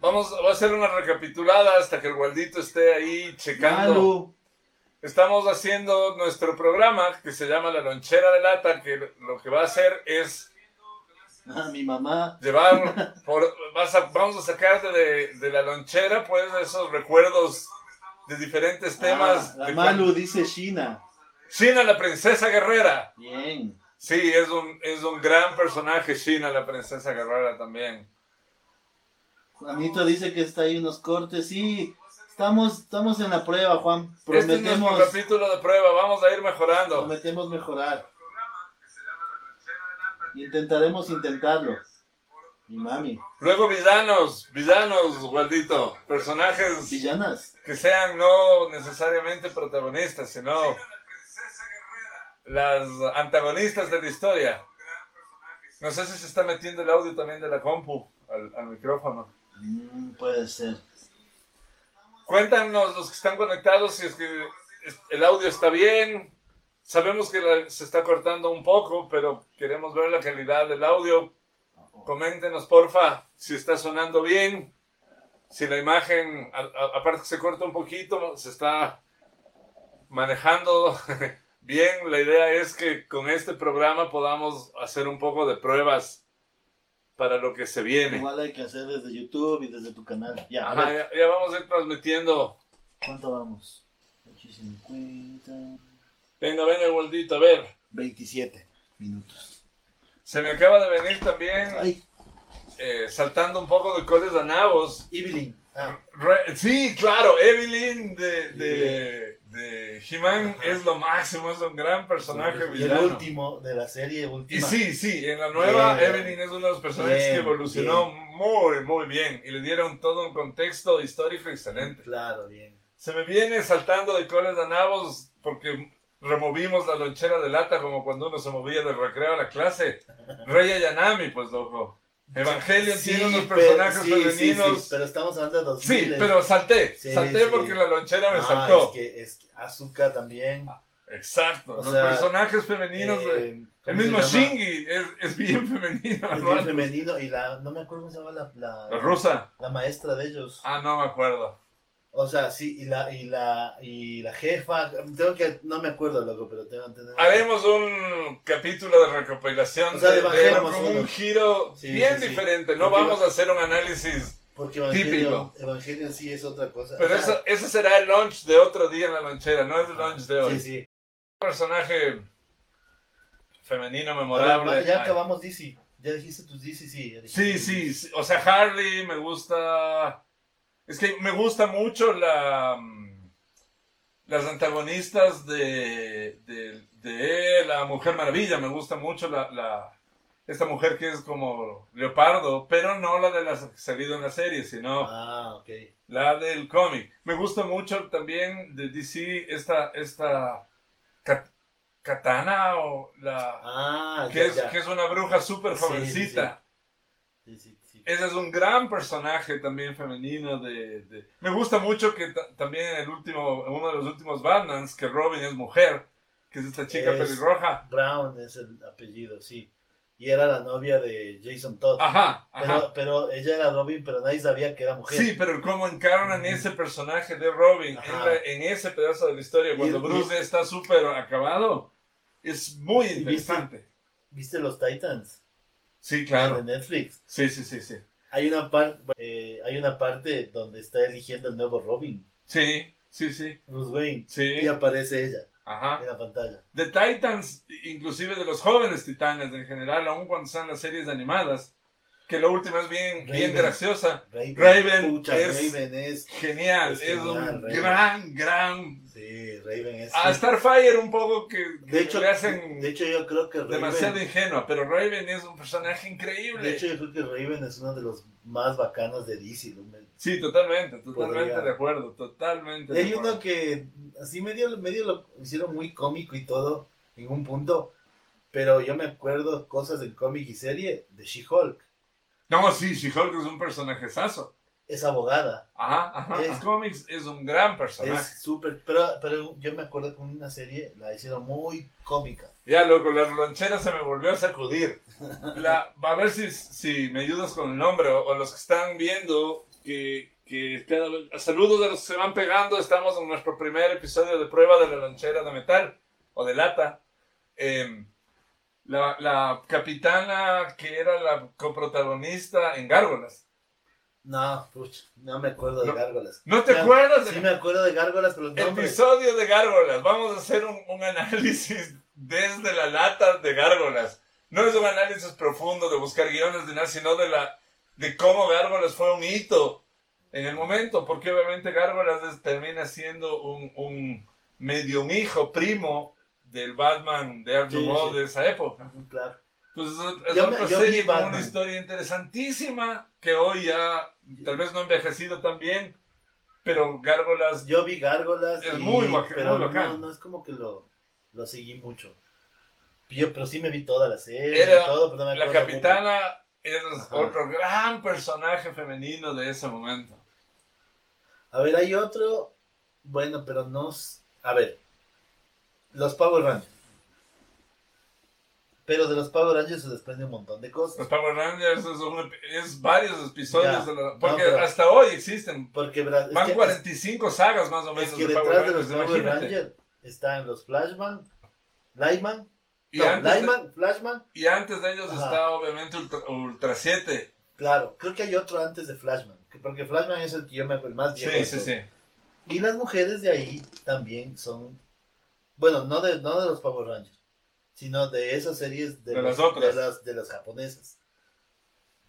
[SPEAKER 1] Vamos, voy a hacer una recapitulada hasta que el Waldito esté ahí checando.
[SPEAKER 2] Malu.
[SPEAKER 1] Estamos haciendo nuestro programa que se llama La Lonchera de Lata, que lo que va a hacer es
[SPEAKER 2] Ah, mi mamá.
[SPEAKER 1] llevar, por- vas a- vamos a sacarte de, de la lonchera pues esos recuerdos de diferentes temas.
[SPEAKER 2] Ah, la
[SPEAKER 1] Este de
[SPEAKER 2] Malu
[SPEAKER 1] cuando-
[SPEAKER 2] dice China.
[SPEAKER 1] Shina, la princesa guerrera.
[SPEAKER 2] Bien.
[SPEAKER 1] Sí, es un, es un gran personaje, Shina, la princesa guerrera también.
[SPEAKER 2] Juanito dice que está ahí unos cortes. Sí, estamos, estamos en la prueba, Juan.
[SPEAKER 1] Este es nuestro
[SPEAKER 2] Prometemos,
[SPEAKER 1] capítulo de prueba, vamos a ir mejorando.
[SPEAKER 2] prometemos mejorar. Intentaremos intentarlo. Mi mami.
[SPEAKER 1] Luego villanos, villanos, Waldito, personajes...
[SPEAKER 2] Villanas.
[SPEAKER 1] que sean no necesariamente protagonistas, sino las antagonistas de la historia. No sé si se está metiendo el audio también de la compu al, al micrófono.
[SPEAKER 2] Mm, puede ser.
[SPEAKER 1] Cuéntanos los que están conectados si es que es- el audio está bien. Sabemos que la- se está cortando un poco, pero queremos ver la calidad del audio. Coméntenos, porfa, si está sonando bien, si la imagen, a- a- aparte que se corta un poquito, se está manejando bien. La idea es que con este programa podamos hacer un poco de pruebas para lo que se viene.
[SPEAKER 2] Igual hay que hacer desde YouTube y desde tu canal. Ya, a
[SPEAKER 1] Ajá,
[SPEAKER 2] ver,
[SPEAKER 1] ya, ya vamos a ir transmitiendo.
[SPEAKER 2] ¿cuánto vamos? 8.50.
[SPEAKER 1] Venga, venga, Waldito, a ver.
[SPEAKER 2] 27 minutos.
[SPEAKER 1] Se me acaba de venir también,
[SPEAKER 2] Ay,
[SPEAKER 1] eh, saltando un poco de coles a nabos,
[SPEAKER 2] Evelyn. Ah,
[SPEAKER 1] Re- sí, claro, Evelyn de, de, de He-Man
[SPEAKER 2] Ajá.
[SPEAKER 1] es lo máximo, es un gran personaje
[SPEAKER 2] y el
[SPEAKER 1] villano.
[SPEAKER 2] último de la serie última.
[SPEAKER 1] Y sí, sí, en la nueva
[SPEAKER 2] Bien.
[SPEAKER 1] Evelyn es uno de los personajes que
[SPEAKER 2] Bien,
[SPEAKER 1] evolucionó muy, muy bien y le dieron todo un contexto histórico excelente.
[SPEAKER 2] Claro, bien.
[SPEAKER 1] Se me viene saltando de coles de nabos porque removimos la lonchera de lata como cuando uno se movía del recreo a la clase. Rey Ayanami, pues loco. Evangelion
[SPEAKER 2] Sí,
[SPEAKER 1] tiene unos
[SPEAKER 2] pero-
[SPEAKER 1] personajes
[SPEAKER 2] sí, sí,
[SPEAKER 1] femeninos.
[SPEAKER 2] sí, pero estamos hablando de 2000.
[SPEAKER 1] Sí, pero salté,
[SPEAKER 2] Sí,
[SPEAKER 1] salté
[SPEAKER 2] sí.
[SPEAKER 1] porque la lonchera me
[SPEAKER 2] Ah,
[SPEAKER 1] saltó.
[SPEAKER 2] es que, es que Azuka también.
[SPEAKER 1] Exacto,
[SPEAKER 2] O
[SPEAKER 1] los
[SPEAKER 2] sea,
[SPEAKER 1] personajes femeninos. de-
[SPEAKER 2] eh,
[SPEAKER 1] el
[SPEAKER 2] ¿cómo
[SPEAKER 1] mismo
[SPEAKER 2] se llama?
[SPEAKER 1] Shingi es, es bien femenino.
[SPEAKER 2] Es
[SPEAKER 1] ¿no?
[SPEAKER 2] bien femenino y la, no me acuerdo cómo se llama la, la,
[SPEAKER 1] La rusa.
[SPEAKER 2] la maestra de ellos.
[SPEAKER 1] Ah, no me acuerdo.
[SPEAKER 2] O sea, sí, y la, y la, y la jefa, tengo que, no me acuerdo, loco, pero tengo, tenemos que-
[SPEAKER 1] Haremos un capítulo de recopilación
[SPEAKER 2] O sea,
[SPEAKER 1] de,
[SPEAKER 2] de Evangelion
[SPEAKER 1] con
[SPEAKER 2] más
[SPEAKER 1] un
[SPEAKER 2] uno.
[SPEAKER 1] giro
[SPEAKER 2] Sí,
[SPEAKER 1] bien
[SPEAKER 2] sí, sí.
[SPEAKER 1] diferente. No
[SPEAKER 2] Porque
[SPEAKER 1] vamos a hacer un análisis,
[SPEAKER 2] porque Evangelion,
[SPEAKER 1] típico.
[SPEAKER 2] Evangelion sí es otra cosa.
[SPEAKER 1] pero
[SPEAKER 2] O sea,
[SPEAKER 1] eso, ese será el launch de otro día en la lonchera, no es el launch de hoy.
[SPEAKER 2] Sí, sí.
[SPEAKER 1] Un personaje femenino memorable.
[SPEAKER 2] Ahora, ya
[SPEAKER 1] Ay.
[SPEAKER 2] acabamos DC, ya dijiste tus DC, sí. ya dijiste
[SPEAKER 1] Ah. Sí,
[SPEAKER 2] tus
[SPEAKER 1] sí,
[SPEAKER 2] DC.
[SPEAKER 1] sí. O sea, Harley me gusta. Es que me gusta mucho la. mm, Las antagonistas de. de, de La Mujer Maravilla. Me gusta mucho la, la- Esta mujer que es como Leopardo, pero no la de las que salido en la serie, sino
[SPEAKER 2] Ah, ok.
[SPEAKER 1] la del cómic. Me gusta mucho también de DC esta. esta Kat- Katana o la.
[SPEAKER 2] Ah,
[SPEAKER 1] Que
[SPEAKER 2] ya,
[SPEAKER 1] es,
[SPEAKER 2] ya.
[SPEAKER 1] que es una bruja súper
[SPEAKER 2] Sí, sí, sí.
[SPEAKER 1] jovencita.
[SPEAKER 2] Sí, sí, sí.
[SPEAKER 1] Ese es un gran personaje también femenino de... de- Me gusta mucho que ta- también en el último, en uno de los últimos Batmans, que Robin es mujer, que es esta chica
[SPEAKER 2] Es-
[SPEAKER 1] pelirroja.
[SPEAKER 2] Brown es el apellido, sí. Y era la novia de Jason Todd.
[SPEAKER 1] Ajá, Ah, ajá.
[SPEAKER 2] Pero, pero ella era Robin, pero nadie sabía que era mujer.
[SPEAKER 1] sí, pero cómo encarnan ese personaje de Robin en,
[SPEAKER 2] Ajá.
[SPEAKER 1] la- en ese pedazo de la historia, cuando
[SPEAKER 2] Y-
[SPEAKER 1] Bruce está súper acabado, es muy
[SPEAKER 2] viste-
[SPEAKER 1] interesante.
[SPEAKER 2] ¿Viste los Titans?
[SPEAKER 1] Sí,
[SPEAKER 2] De
[SPEAKER 1] claro.
[SPEAKER 2] Netflix.
[SPEAKER 1] Sí, sí, sí, sí.
[SPEAKER 2] Hay una, par- eh, hay una parte donde está eligiendo el nuevo Robin,
[SPEAKER 1] Sí, sí, sí,
[SPEAKER 2] Bruce Wayne. Y
[SPEAKER 1] sí.
[SPEAKER 2] aparece ella
[SPEAKER 1] Ajá.
[SPEAKER 2] en la pantalla.
[SPEAKER 1] de Titans, inclusive de los jóvenes titanes en general, aun cuando están las series animadas, que la última es bien, bien
[SPEAKER 2] Raven.
[SPEAKER 1] graciosa.
[SPEAKER 2] Raven,
[SPEAKER 1] Raven
[SPEAKER 2] Pucha,
[SPEAKER 1] es-
[SPEAKER 2] Raven es.
[SPEAKER 1] Genial, es,
[SPEAKER 2] Es genial,
[SPEAKER 1] un
[SPEAKER 2] Raven.
[SPEAKER 1] gran, gran...
[SPEAKER 2] Sí, Raven es.
[SPEAKER 1] A Starfire un poco que, que
[SPEAKER 2] de, hecho,
[SPEAKER 1] le hacen
[SPEAKER 2] de hecho, yo creo que Raven.
[SPEAKER 1] demasiado ingenua, pero Raven es un personaje
[SPEAKER 2] de
[SPEAKER 1] increíble.
[SPEAKER 2] hecho, yo creo que Raven es uno de los más bacanos de DC. ¿no?
[SPEAKER 1] Sí, totalmente, totalmente
[SPEAKER 2] Podría.
[SPEAKER 1] de acuerdo, totalmente.
[SPEAKER 2] Hay
[SPEAKER 1] de
[SPEAKER 2] uno
[SPEAKER 1] acuerdo.
[SPEAKER 2] que así medio, medio lo hicieron muy cómico y todo, en un punto. Pero yo me acuerdo cosas del cómic y serie de She-Hulk.
[SPEAKER 1] No, sí, She-Hulk es un personajezazo.
[SPEAKER 2] Es abogada.
[SPEAKER 1] Ajá, ajá.
[SPEAKER 2] Es-
[SPEAKER 1] en cómics es un gran personaje.
[SPEAKER 2] Es súper. Pero, pero yo me acuerdo que una serie la hicieron muy cómica.
[SPEAKER 1] Ya, loco, las loncheras se me volvió a sacudir. La, a ver si, si me ayudas con el nombre o, o los que están viendo que, que cada vez- Saludos a los que se van pegando. Estamos en nuestro primer episodio de prueba de la lonchera de metal o de lata. Em, la, la capitana que era la coprotagonista en Gárgolas.
[SPEAKER 2] No, puch, no me acuerdo de
[SPEAKER 1] No.
[SPEAKER 2] Gárgolas.
[SPEAKER 1] ¿No te
[SPEAKER 2] Ya,
[SPEAKER 1] acuerdas
[SPEAKER 2] Sí
[SPEAKER 1] del
[SPEAKER 2] me acuerdo de Gárgolas, pero los nombres.
[SPEAKER 1] episodio de Gárgolas? Vamos a hacer un, un análisis desde la lata de Gárgolas. no es un análisis profundo de buscar guiones de nada, sino de la de cómo Gárgolas fue un hito en el momento, porque obviamente Gárgolas es- termina siendo un, un medio un hijo primo del Batman de Arthur
[SPEAKER 2] Sí,
[SPEAKER 1] Wall
[SPEAKER 2] sí.
[SPEAKER 1] de esa época.
[SPEAKER 2] Claro.
[SPEAKER 1] Entonces es
[SPEAKER 2] Yo me-
[SPEAKER 1] otra
[SPEAKER 2] yo vi
[SPEAKER 1] serie con una
[SPEAKER 2] Batman.
[SPEAKER 1] historia interesantísima que hoy ya tal vez no ha envejecido tan bien, pero Gárgolas
[SPEAKER 2] Yo vi Gárgolas.
[SPEAKER 1] Es muy bac-
[SPEAKER 2] Pero
[SPEAKER 1] muy bacán.
[SPEAKER 2] no, no es como que lo, lo seguí mucho. Yo, pero sí me vi toda la serie
[SPEAKER 1] Era
[SPEAKER 2] y todo, pero no me
[SPEAKER 1] La
[SPEAKER 2] acuerdo. mucho.
[SPEAKER 1] capitana es
[SPEAKER 2] Ajá.
[SPEAKER 1] otro gran personaje femenino de ese momento.
[SPEAKER 2] A ver, hay otro. Bueno, pero no. s- A ver. Los Power Rangers. Pero de los Power Rangers se desprende un montón de
[SPEAKER 1] Los
[SPEAKER 2] cosas.
[SPEAKER 1] Power Rangers es, un- es varios episodios,
[SPEAKER 2] Ya.
[SPEAKER 1] de la- porque
[SPEAKER 2] No, pero-
[SPEAKER 1] hasta hoy existen.
[SPEAKER 2] Porque ¿verdad? es
[SPEAKER 1] Van
[SPEAKER 2] que- es-
[SPEAKER 1] 45 sagas más o
[SPEAKER 2] es
[SPEAKER 1] menos
[SPEAKER 2] que
[SPEAKER 1] de Power
[SPEAKER 2] detrás de los
[SPEAKER 1] Rangers,
[SPEAKER 2] Power
[SPEAKER 1] imagínate.
[SPEAKER 2] Rangers están los Flashman, Lightman,
[SPEAKER 1] Y,
[SPEAKER 2] no,
[SPEAKER 1] antes de,
[SPEAKER 2] Lightman, Flashman,
[SPEAKER 1] y antes de ellos
[SPEAKER 2] Ajá.
[SPEAKER 1] está obviamente Ultra, Ultra 7.
[SPEAKER 2] claro, creo que hay otro antes de Flashman, que- porque Flashman es el que yo me el más
[SPEAKER 1] Sí,
[SPEAKER 2] viejo. de
[SPEAKER 1] sí,
[SPEAKER 2] todos.
[SPEAKER 1] sí.
[SPEAKER 2] Y las mujeres de ahí también son, bueno, no de, no de los Power Rangers, sino de esas series
[SPEAKER 1] De
[SPEAKER 2] los-
[SPEAKER 1] las otras.
[SPEAKER 2] De las, de las japonesas.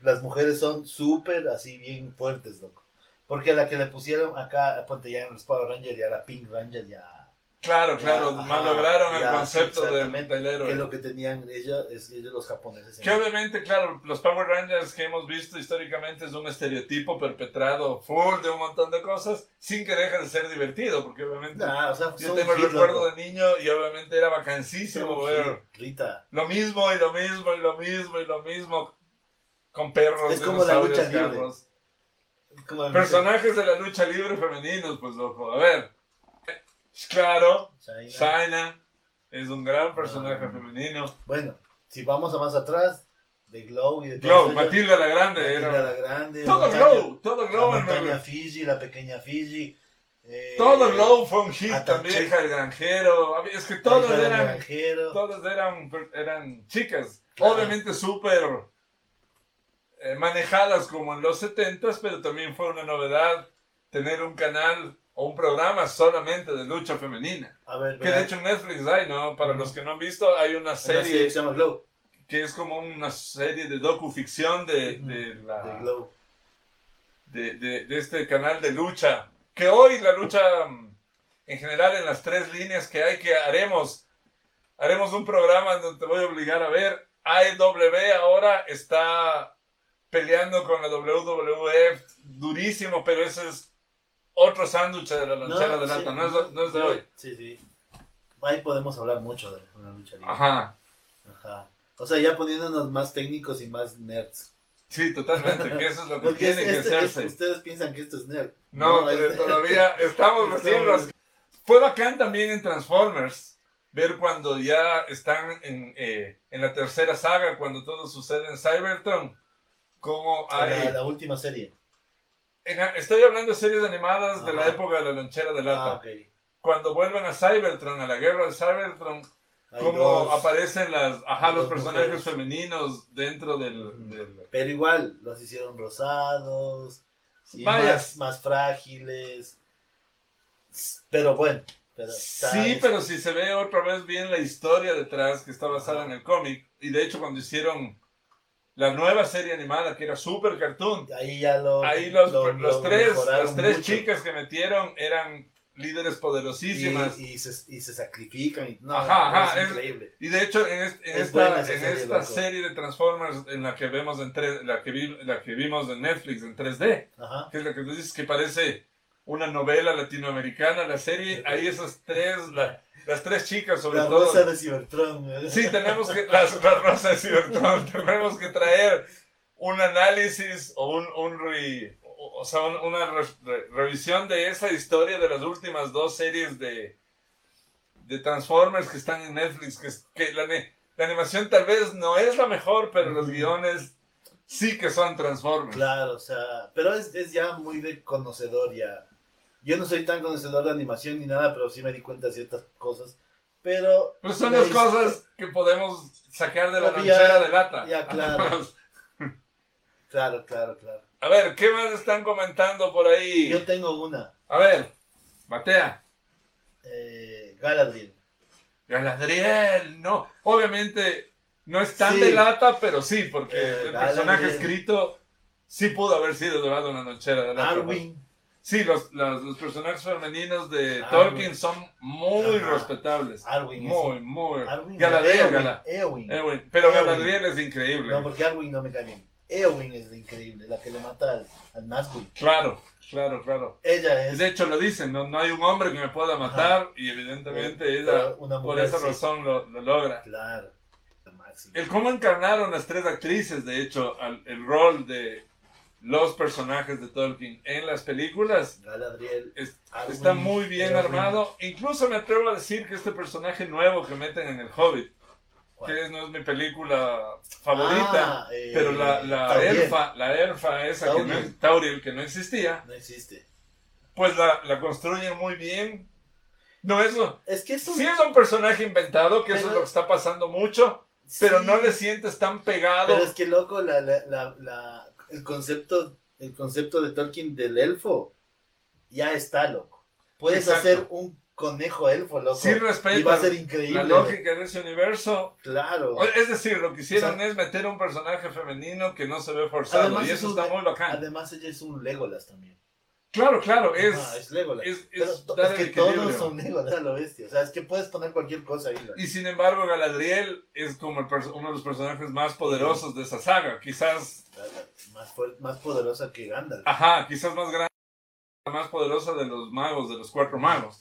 [SPEAKER 2] Las mujeres son súper así bien fuertes, loco. Porque la que le pusieron acá, ponte ya en los Power Rangers, ya la Pink Ranger, ya.
[SPEAKER 1] Claro, claro,
[SPEAKER 2] ya,
[SPEAKER 1] malograron el
[SPEAKER 2] ya,
[SPEAKER 1] concepto del,
[SPEAKER 2] exactamente,
[SPEAKER 1] del
[SPEAKER 2] Que
[SPEAKER 1] héroe.
[SPEAKER 2] lo que tenían ellos, es ellos los japoneses. en-
[SPEAKER 1] Que obviamente, claro, los Power Rangers que hemos visto históricamente es un estereotipo perpetrado full de un montón de cosas, sin que deje de ser divertido, porque obviamente
[SPEAKER 2] Nah, o sea,
[SPEAKER 1] yo
[SPEAKER 2] son
[SPEAKER 1] tengo el
[SPEAKER 2] hit,
[SPEAKER 1] recuerdo
[SPEAKER 2] loco.
[SPEAKER 1] de niño y obviamente era
[SPEAKER 2] Son
[SPEAKER 1] vacancísimo
[SPEAKER 2] hit,
[SPEAKER 1] ver
[SPEAKER 2] Rita.
[SPEAKER 1] lo mismo y lo mismo y lo mismo y lo mismo con perros,
[SPEAKER 2] Es como la
[SPEAKER 1] dinosaurios,
[SPEAKER 2] lucha libre.
[SPEAKER 1] carros.
[SPEAKER 2] Como el-
[SPEAKER 1] Personajes de la lucha libre femeninos, pues loco, a ver. eh, Claro,
[SPEAKER 2] China.
[SPEAKER 1] Shaina es un gran personaje
[SPEAKER 2] Ah.
[SPEAKER 1] femenino.
[SPEAKER 2] Bueno, si vamos a más atrás, de Glow y de
[SPEAKER 1] Glow,
[SPEAKER 2] todos ellos,
[SPEAKER 1] Matilda la Grande
[SPEAKER 2] Matilda
[SPEAKER 1] era.
[SPEAKER 2] la Grande.
[SPEAKER 1] Todo
[SPEAKER 2] Montaña-
[SPEAKER 1] Glow, todo
[SPEAKER 2] La
[SPEAKER 1] Glow,
[SPEAKER 2] montaña
[SPEAKER 1] hermano.
[SPEAKER 2] Fiji, la pequeña Fiji. eh,
[SPEAKER 1] Todo Glow fue un hit
[SPEAKER 2] Ataché.
[SPEAKER 1] también, hija del granjero. Había- Es que
[SPEAKER 2] la hija
[SPEAKER 1] todos
[SPEAKER 2] del
[SPEAKER 1] eran,
[SPEAKER 2] granjero.
[SPEAKER 1] todos eran, eran chicas.
[SPEAKER 2] Claro.
[SPEAKER 1] Obviamente súper eh, manejadas como en los 70s, pero también fue una novedad tener un canal o un programa solamente de lucha femenina.
[SPEAKER 2] A ver,
[SPEAKER 1] Que de hecho en Netflix hay, ¿no? Para los que no han visto, hay una
[SPEAKER 2] serie, que
[SPEAKER 1] serie
[SPEAKER 2] se llama Glow.
[SPEAKER 1] que es como una serie de docuficción de,
[SPEAKER 2] Ujú.
[SPEAKER 1] de la...
[SPEAKER 2] De Glow.
[SPEAKER 1] de, de- de este canal de lucha. Que hoy la lucha mm, en general en las tres líneas que hay que haremos. Haremos un programa donde te voy a obligar a ver. AEW ahora está peleando con la WWF durísimo, pero ese es otro sándwich de la lonchera de lata,
[SPEAKER 2] sí,
[SPEAKER 1] no, es, de- no es de hoy.
[SPEAKER 2] Sí, sí. Ahí podemos hablar mucho de una lucha libre.
[SPEAKER 1] Ajá,
[SPEAKER 2] Ajá. O sea, ya poniéndonos más técnicos y más nerds.
[SPEAKER 1] sí, totalmente, que eso es lo que
[SPEAKER 2] Porque es-
[SPEAKER 1] tiene que
[SPEAKER 2] este- es-
[SPEAKER 1] hacerse.
[SPEAKER 2] ustedes piensan que esto es nerd.
[SPEAKER 1] No,
[SPEAKER 2] No,
[SPEAKER 1] pero
[SPEAKER 2] es-
[SPEAKER 1] todavía estamos recién
[SPEAKER 2] Estamos-
[SPEAKER 1] los- Fue bacán también en Transformers ver cuando ya están en, eh, en la tercera saga, cuando todo sucede en Cybertron. Como hay...
[SPEAKER 2] La, la última serie.
[SPEAKER 1] en- estoy hablando de series animadas de la
[SPEAKER 2] Ajá.
[SPEAKER 1] época de la lonchera de lata.
[SPEAKER 2] Ah, ok.
[SPEAKER 1] Cuando vuelven a Cybertron, a la guerra de Cybertron,
[SPEAKER 2] Hay
[SPEAKER 1] cómo
[SPEAKER 2] dos.
[SPEAKER 1] aparecen las, ajá, los
[SPEAKER 2] dos
[SPEAKER 1] personajes
[SPEAKER 2] mujeres.
[SPEAKER 1] femeninos dentro del...
[SPEAKER 2] Ujú.
[SPEAKER 1] del-
[SPEAKER 2] Pero igual, los hicieron rosados, y
[SPEAKER 1] Vaya.
[SPEAKER 2] más, más frágiles. Pero bueno. Pero está-
[SPEAKER 1] Sí, pero si se ve otra vez bien la historia detrás que está basada en el cómic, y de hecho cuando hicieron la nueva serie animada que era Super Cartoon,
[SPEAKER 2] este, Ahí ya lo.
[SPEAKER 1] ahí los,
[SPEAKER 2] lo-
[SPEAKER 1] los
[SPEAKER 2] lo
[SPEAKER 1] tres,
[SPEAKER 2] mejoraron
[SPEAKER 1] las tres
[SPEAKER 2] mucho.
[SPEAKER 1] chicas que metieron eran líderes poderosísimas.
[SPEAKER 2] Y, y se, y se sacrifican. y- no,
[SPEAKER 1] Ajá,
[SPEAKER 2] no,
[SPEAKER 1] ajá,
[SPEAKER 2] Es
[SPEAKER 1] es-
[SPEAKER 2] increíble.
[SPEAKER 1] Y de hecho, en, es- en
[SPEAKER 2] Es
[SPEAKER 1] esta,
[SPEAKER 2] buena esa
[SPEAKER 1] en
[SPEAKER 2] serie,
[SPEAKER 1] esta
[SPEAKER 2] loco.
[SPEAKER 1] serie de Transformers en la que vemos en tres- la que vi- la que vimos en Netflix en 3D,
[SPEAKER 2] Ajá.
[SPEAKER 1] que es la que tú dices que parece una novela latinoamericana, la serie, ahí esas tres, la- las tres chicas sobre
[SPEAKER 2] La
[SPEAKER 1] todo.
[SPEAKER 2] rosa de Cybertron. ¿eh?
[SPEAKER 1] Sí, tenemos que, las, las rosas y Bertón, tenemos que traer un análisis o un, un re- o o sea, un- una re- re- revisión de esa historia de las últimas dos series de, de Transformers que están en Netflix, que, es- que la, ne- la animación tal vez no es la mejor, pero los guiones sí que son Transformers.
[SPEAKER 2] Claro, o sea. Pero es, es ya muy de conocedor ya. Yo no soy tan conocedor de animación ni nada, pero sí me di cuenta de ciertas cosas. Pero.
[SPEAKER 1] Pero Pues son
[SPEAKER 2] la
[SPEAKER 1] las
[SPEAKER 2] his-
[SPEAKER 1] cosas que podemos sacar de la
[SPEAKER 2] Ya,
[SPEAKER 1] lonchera de lata.
[SPEAKER 2] ya, claro. Claro, claro, claro.
[SPEAKER 1] A ver, ¿qué más están comentando por ahí?
[SPEAKER 2] Yo tengo una.
[SPEAKER 1] A ver, Matea.
[SPEAKER 2] Eh, Galadriel.
[SPEAKER 1] Galadriel, no. Obviamente no es tan
[SPEAKER 2] Sí.
[SPEAKER 1] de lata, pero sí, porque
[SPEAKER 2] Eh,
[SPEAKER 1] el personaje
[SPEAKER 2] Galadriel.
[SPEAKER 1] escrito sí pudo haber sido llevado a una lonchera de lata.
[SPEAKER 2] Arwin.
[SPEAKER 1] Sí, los, las- los personajes femeninos de
[SPEAKER 2] Arwen.
[SPEAKER 1] Tolkien son muy
[SPEAKER 2] Ajá.
[SPEAKER 1] respetables.
[SPEAKER 2] Arwin. es-
[SPEAKER 1] Muy, muy.
[SPEAKER 2] Arwin.
[SPEAKER 1] Galadriel,
[SPEAKER 2] Eowyn,
[SPEAKER 1] Gala-
[SPEAKER 2] Eowyn.
[SPEAKER 1] Eowyn. Pero
[SPEAKER 2] Eowyn.
[SPEAKER 1] Galadriel es increíble.
[SPEAKER 2] No, porque Arwin no me cae bien. Eowyn es la increíble, la que le mata al, al Nazgûl.
[SPEAKER 1] Claro, claro, claro.
[SPEAKER 2] Ella es
[SPEAKER 1] De hecho, lo dicen, no, no hay un hombre que me pueda matar y evidentemente
[SPEAKER 2] eh,
[SPEAKER 1] ella,
[SPEAKER 2] una
[SPEAKER 1] por
[SPEAKER 2] mujer.
[SPEAKER 1] esa
[SPEAKER 2] sí.
[SPEAKER 1] razón, lo- lo logra.
[SPEAKER 2] Claro. la máxima.
[SPEAKER 1] El cómo encarnaron las tres actrices, de hecho, al- el rol de los personajes de Tolkien en las películas
[SPEAKER 2] Galadriel.
[SPEAKER 1] es-
[SPEAKER 2] Arwen,
[SPEAKER 1] está muy bien
[SPEAKER 2] Eowyn.
[SPEAKER 1] armado. Incluso me atrevo a decir que este personaje nuevo que meten en El Hobbit,
[SPEAKER 2] ¿Cuál?
[SPEAKER 1] que no es mi película favorita,
[SPEAKER 2] Ah, eh,
[SPEAKER 1] pero la, la
[SPEAKER 2] Tauriel.
[SPEAKER 1] elfa, la elfa esa que no,
[SPEAKER 2] Tauriel.
[SPEAKER 1] Tauriel que no existía,
[SPEAKER 2] No existe.
[SPEAKER 1] pues la, la construyen muy bien. No es lo-
[SPEAKER 2] Es que es un-
[SPEAKER 1] sí es un personaje inventado, que eso es
[SPEAKER 2] Pero-
[SPEAKER 1] lo que está pasando mucho, pero
[SPEAKER 2] sí,
[SPEAKER 1] no le sientes tan pegado.
[SPEAKER 2] Pero es que loco, la, la, la, la- el, concepto, el concepto de Tolkien del elfo ya está loco. Puedes
[SPEAKER 1] Exacto.
[SPEAKER 2] hacer un conejo elfo, loco.
[SPEAKER 1] Sin respeto.
[SPEAKER 2] y va a ser increíble.
[SPEAKER 1] La lógica de ese universo.
[SPEAKER 2] Claro.
[SPEAKER 1] O- Es decir, lo que hicieron
[SPEAKER 2] O sea,
[SPEAKER 1] es meter un personaje femenino que no se ve forzado.
[SPEAKER 2] además
[SPEAKER 1] Y
[SPEAKER 2] es
[SPEAKER 1] eso
[SPEAKER 2] un-
[SPEAKER 1] está muy bacán.
[SPEAKER 2] Además, ella es un Legolas también.
[SPEAKER 1] Claro, claro,
[SPEAKER 2] Es,
[SPEAKER 1] es.
[SPEAKER 2] es Legolas.
[SPEAKER 1] es- es
[SPEAKER 2] Pero to-
[SPEAKER 1] dar
[SPEAKER 2] es
[SPEAKER 1] el
[SPEAKER 2] que todos
[SPEAKER 1] equilibrio.
[SPEAKER 2] son Legolas a lo bestia. O sea, es que puedes poner cualquier cosa ahí. güey.
[SPEAKER 1] Y sin embargo, Galadriel es como el perso- uno de los personajes más poderosos de esa saga. Quizás,
[SPEAKER 2] La- la Más, fuer- más poderosa que Gandalf.
[SPEAKER 1] ajá, quizás más grande, la más poderosa de los magos, de los cuatro magos.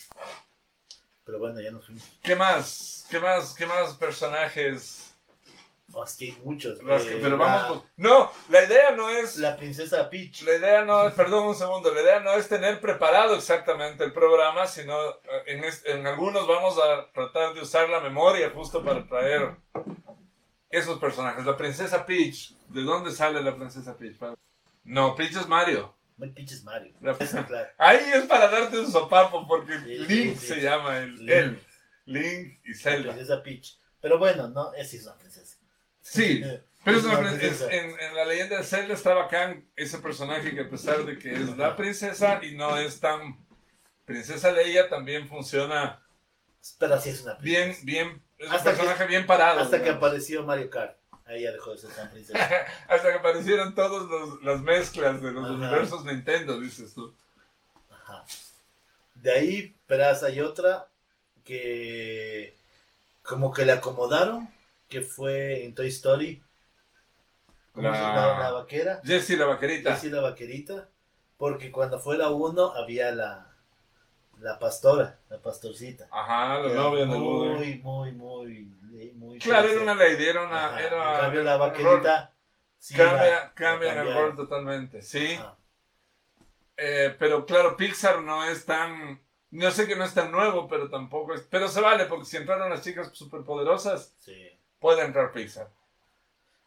[SPEAKER 2] Pero bueno, ya nos fuimos.
[SPEAKER 1] ¿Qué más? ¿Qué más? ¿Qué más personajes?
[SPEAKER 2] Oh, es que hay muchos.
[SPEAKER 1] Las que-
[SPEAKER 2] güey.
[SPEAKER 1] pero
[SPEAKER 2] Eh, La-
[SPEAKER 1] vamos. por- No, la idea no es.
[SPEAKER 2] La princesa Peach.
[SPEAKER 1] La idea no es, perdón un segundo, la idea no es tener preparado exactamente el programa, sino eh, en, es- en algunos vamos a tratar de usar la memoria justo para traer esos personajes. La princesa Peach, ¿de dónde sale la princesa Peach? Pa- No, Peach es Mario.
[SPEAKER 2] My Peach es Mario.
[SPEAKER 1] La-
[SPEAKER 2] Claro.
[SPEAKER 1] Ahí es para darte un sopapo porque
[SPEAKER 2] Sí,
[SPEAKER 1] Link
[SPEAKER 2] sí,
[SPEAKER 1] se
[SPEAKER 2] sí.
[SPEAKER 1] llama el,
[SPEAKER 2] Link.
[SPEAKER 1] él. Link y
[SPEAKER 2] La
[SPEAKER 1] Zelda.
[SPEAKER 2] princesa Peach. Pero bueno, no, es sí es una princesa.
[SPEAKER 1] Sí, Pero es
[SPEAKER 2] Es
[SPEAKER 1] una
[SPEAKER 2] una
[SPEAKER 1] prin-
[SPEAKER 2] princesa.
[SPEAKER 1] es- en, en la leyenda de Zelda está bacán ese personaje que a pesar de que es la princesa y no es tan princesa Leia, también funciona
[SPEAKER 2] Pero sí es una princesa.
[SPEAKER 1] bien, bien, es un
[SPEAKER 2] Hasta que-
[SPEAKER 1] personaje bien parado.
[SPEAKER 2] Hasta que
[SPEAKER 1] digamos.
[SPEAKER 2] apareció Mario Kart. Ahí ya dejó de ser tan princesa.
[SPEAKER 1] Hasta que aparecieron todas las mezclas de los
[SPEAKER 2] Ajá.
[SPEAKER 1] universos Nintendo, dices tú.
[SPEAKER 2] Ajá. De ahí, verás, hay otra que como que le acomodaron, que fue en Toy Story. ¿Cómo
[SPEAKER 1] La-
[SPEAKER 2] se llamaba la vaquera?
[SPEAKER 1] Jessie la vaquerita.
[SPEAKER 2] Así la vaquerita. Porque cuando fue la 1 había la, la pastora, la pastorcita.
[SPEAKER 1] Ajá, la
[SPEAKER 2] Era
[SPEAKER 1] novia Ah, de Woody.
[SPEAKER 2] muy, muy, muy, muy,
[SPEAKER 1] Claro, era
[SPEAKER 2] fuerte.
[SPEAKER 1] una ley, era una...
[SPEAKER 2] Ajá.
[SPEAKER 1] era-
[SPEAKER 2] En cambio, la
[SPEAKER 1] era un rol.
[SPEAKER 2] vaquerita sí
[SPEAKER 1] Cambia,
[SPEAKER 2] la-
[SPEAKER 1] cambian
[SPEAKER 2] la
[SPEAKER 1] el
[SPEAKER 2] cambiaron. Ah,
[SPEAKER 1] rol totalmente, sí.
[SPEAKER 2] Ajá.
[SPEAKER 1] Eh, pero claro, Pixar no es tan. No sé que no es tan nuevo, pero tampoco es. Pero se vale, porque si entraron las chicas superpoderosas,
[SPEAKER 2] Sí.
[SPEAKER 1] puede entrar Pixar.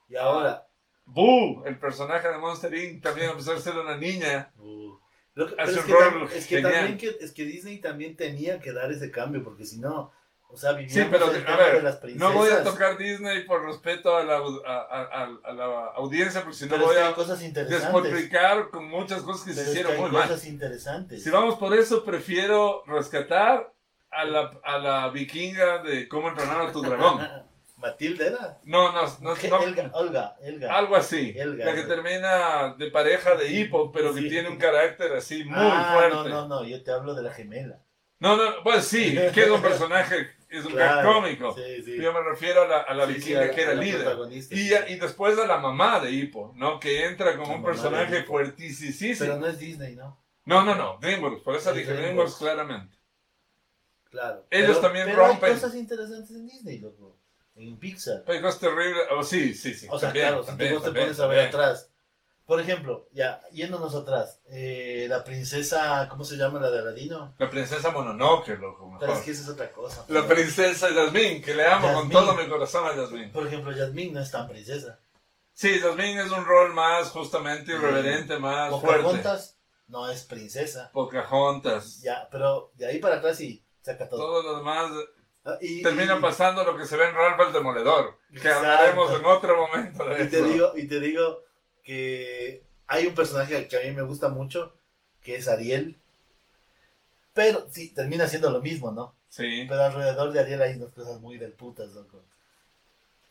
[SPEAKER 2] Y ahora,
[SPEAKER 1] ¡Boo! El personaje de Monster Inc. también, a pesar de ser una niña.
[SPEAKER 2] uh, lo que-
[SPEAKER 1] Hace
[SPEAKER 2] pero es
[SPEAKER 1] un
[SPEAKER 2] que,
[SPEAKER 1] rol
[SPEAKER 2] tam- es que
[SPEAKER 1] genial.
[SPEAKER 2] también que, es que Disney también tenía que dar ese cambio, porque si no, o sea, vivíamos
[SPEAKER 1] Sí, pero
[SPEAKER 2] el
[SPEAKER 1] a
[SPEAKER 2] tema
[SPEAKER 1] ver,
[SPEAKER 2] de las princesas.
[SPEAKER 1] No voy a tocar Disney por respeto a la, au- a, a- a- a la audiencia, porque si no
[SPEAKER 2] pero es
[SPEAKER 1] voy
[SPEAKER 2] que hay
[SPEAKER 1] a
[SPEAKER 2] cosas interesantes.
[SPEAKER 1] despotricar con muchas cosas que se
[SPEAKER 2] Pero es que
[SPEAKER 1] hicieron
[SPEAKER 2] hay
[SPEAKER 1] muy mal.
[SPEAKER 2] cosas interesantes.
[SPEAKER 1] Si vamos por eso, prefiero rescatar a la, a la vikinga de cómo entrenar a tu dragón.
[SPEAKER 2] Ah, Matilde era.
[SPEAKER 1] No, no, no,
[SPEAKER 2] ¿Qué?
[SPEAKER 1] no,
[SPEAKER 2] Elga, Olga, Elga.
[SPEAKER 1] Algo así.
[SPEAKER 2] Elga.
[SPEAKER 1] la que termina de pareja de hipo, pero que
[SPEAKER 2] Sí.
[SPEAKER 1] tiene un carácter así muy
[SPEAKER 2] Ah,
[SPEAKER 1] fuerte.
[SPEAKER 2] No, no, no, yo te hablo de la gemela.
[SPEAKER 1] No, no, pues sí, que es un personaje, es un gran
[SPEAKER 2] Claro,
[SPEAKER 1] cómico.
[SPEAKER 2] Sí, sí.
[SPEAKER 1] Yo me refiero a la, a la
[SPEAKER 2] Sí, sí,
[SPEAKER 1] vikinga
[SPEAKER 2] a la-
[SPEAKER 1] que era
[SPEAKER 2] a la
[SPEAKER 1] líder.
[SPEAKER 2] protagonista.
[SPEAKER 1] Y, y después a la mamá de Hippo, ¿no? Que entra como
[SPEAKER 2] La
[SPEAKER 1] un
[SPEAKER 2] mamá de
[SPEAKER 1] personaje
[SPEAKER 2] Hippo.
[SPEAKER 1] fuertisísimo.
[SPEAKER 2] Pero no es Disney, ¿no?
[SPEAKER 1] No, no, no, DreamWorks, por eso
[SPEAKER 2] Sí,
[SPEAKER 1] dije DreamWorks
[SPEAKER 2] DreamWorks.
[SPEAKER 1] claramente.
[SPEAKER 2] Claro.
[SPEAKER 1] Ellos
[SPEAKER 2] Pero-
[SPEAKER 1] también
[SPEAKER 2] pero
[SPEAKER 1] rompen.
[SPEAKER 2] Hay cosas interesantes en Disney, loco. En Pixar.
[SPEAKER 1] Pero es terrible, oh, sí, sí, sí.
[SPEAKER 2] O sea,
[SPEAKER 1] también,
[SPEAKER 2] claro,
[SPEAKER 1] también,
[SPEAKER 2] si tú vos te
[SPEAKER 1] también,
[SPEAKER 2] pones a ver
[SPEAKER 1] también.
[SPEAKER 2] atrás. Por ejemplo, ya, yéndonos atrás, eh, la princesa, ¿cómo se llama la de Aladino?
[SPEAKER 1] La princesa Mononoke, loco,
[SPEAKER 2] Pero es
[SPEAKER 1] mejor.
[SPEAKER 2] que esa es otra cosa.
[SPEAKER 1] La
[SPEAKER 2] pero-
[SPEAKER 1] princesa Jasmine, que le amo con
[SPEAKER 2] Jasmine.
[SPEAKER 1] todo mi corazón a Jasmine.
[SPEAKER 2] Por ejemplo, Jasmine no es tan princesa.
[SPEAKER 1] Sí, Jasmine es un rol más justamente irreverente, más fuerte.
[SPEAKER 2] Pocahontas no es princesa.
[SPEAKER 1] Pocahontas.
[SPEAKER 2] Ya, pero de ahí para atrás y saca todo.
[SPEAKER 1] Todo lo demás
[SPEAKER 2] Ah, y,
[SPEAKER 1] termina
[SPEAKER 2] y-
[SPEAKER 1] pasando lo que se ve en Ralph el Demoledor, que
[SPEAKER 2] Exacto.
[SPEAKER 1] hablaremos en otro momento de
[SPEAKER 2] Y te,
[SPEAKER 1] eso.
[SPEAKER 2] digo, y te digo que hay un personaje que a mí me gusta mucho, que es Ariel. Pero sí, termina siendo lo mismo, ¿no?
[SPEAKER 1] Sí,
[SPEAKER 2] Pero alrededor de Ariel hay unas cosas muy del putas, loco.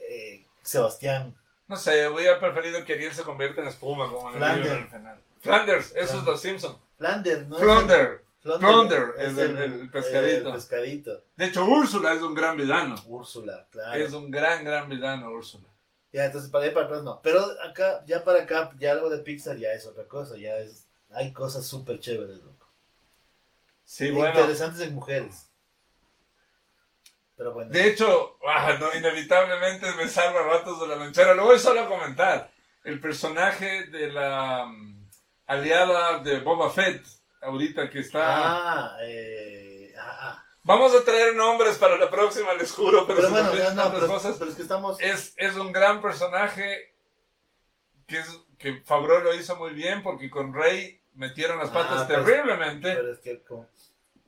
[SPEAKER 2] Eh, Sebastián,
[SPEAKER 1] no sé, hubiera preferido que Ariel se convierta en espuma como en el
[SPEAKER 2] Flanders.
[SPEAKER 1] libro del final. Flanders, eso es
[SPEAKER 2] Flanders.
[SPEAKER 1] Los Simpsons.
[SPEAKER 2] Flander, ¿no?
[SPEAKER 1] Flounder.
[SPEAKER 2] Flounder
[SPEAKER 1] Flounder, el- el- el pescadito.
[SPEAKER 2] el pescadito.
[SPEAKER 1] De hecho, Úrsula es un gran villano.
[SPEAKER 2] Úrsula, claro.
[SPEAKER 1] Es un gran, gran villano, Úrsula.
[SPEAKER 2] Ya, entonces para allá para atrás no. Pero acá, ya para acá, ya algo de Pixar ya es otra cosa. Ya es. Hay cosas súper chéveres, loco.
[SPEAKER 1] Sí, bueno.
[SPEAKER 2] Interesantes en mujeres. Pero bueno.
[SPEAKER 1] De hecho, ah, no, inevitablemente me salva ratos de la lonchera. Lo voy solo a comentar. El personaje de la mm, aliada de Boba Fett, ahorita que está.
[SPEAKER 2] Ah, eh. ah, ah.
[SPEAKER 1] Vamos a traer nombres para la próxima, les juro, pero, se
[SPEAKER 2] Pero, bueno,
[SPEAKER 1] me
[SPEAKER 2] ya
[SPEAKER 1] olvidan
[SPEAKER 2] no,
[SPEAKER 1] tantas
[SPEAKER 2] pero,
[SPEAKER 1] cosas. Este,
[SPEAKER 2] pero es que estamos.
[SPEAKER 1] Es, es un gran personaje que, es, que Favreau lo hizo muy bien porque con Rey metieron las
[SPEAKER 2] Ah,
[SPEAKER 1] patas
[SPEAKER 2] pues,
[SPEAKER 1] terriblemente.
[SPEAKER 2] Pero es que como-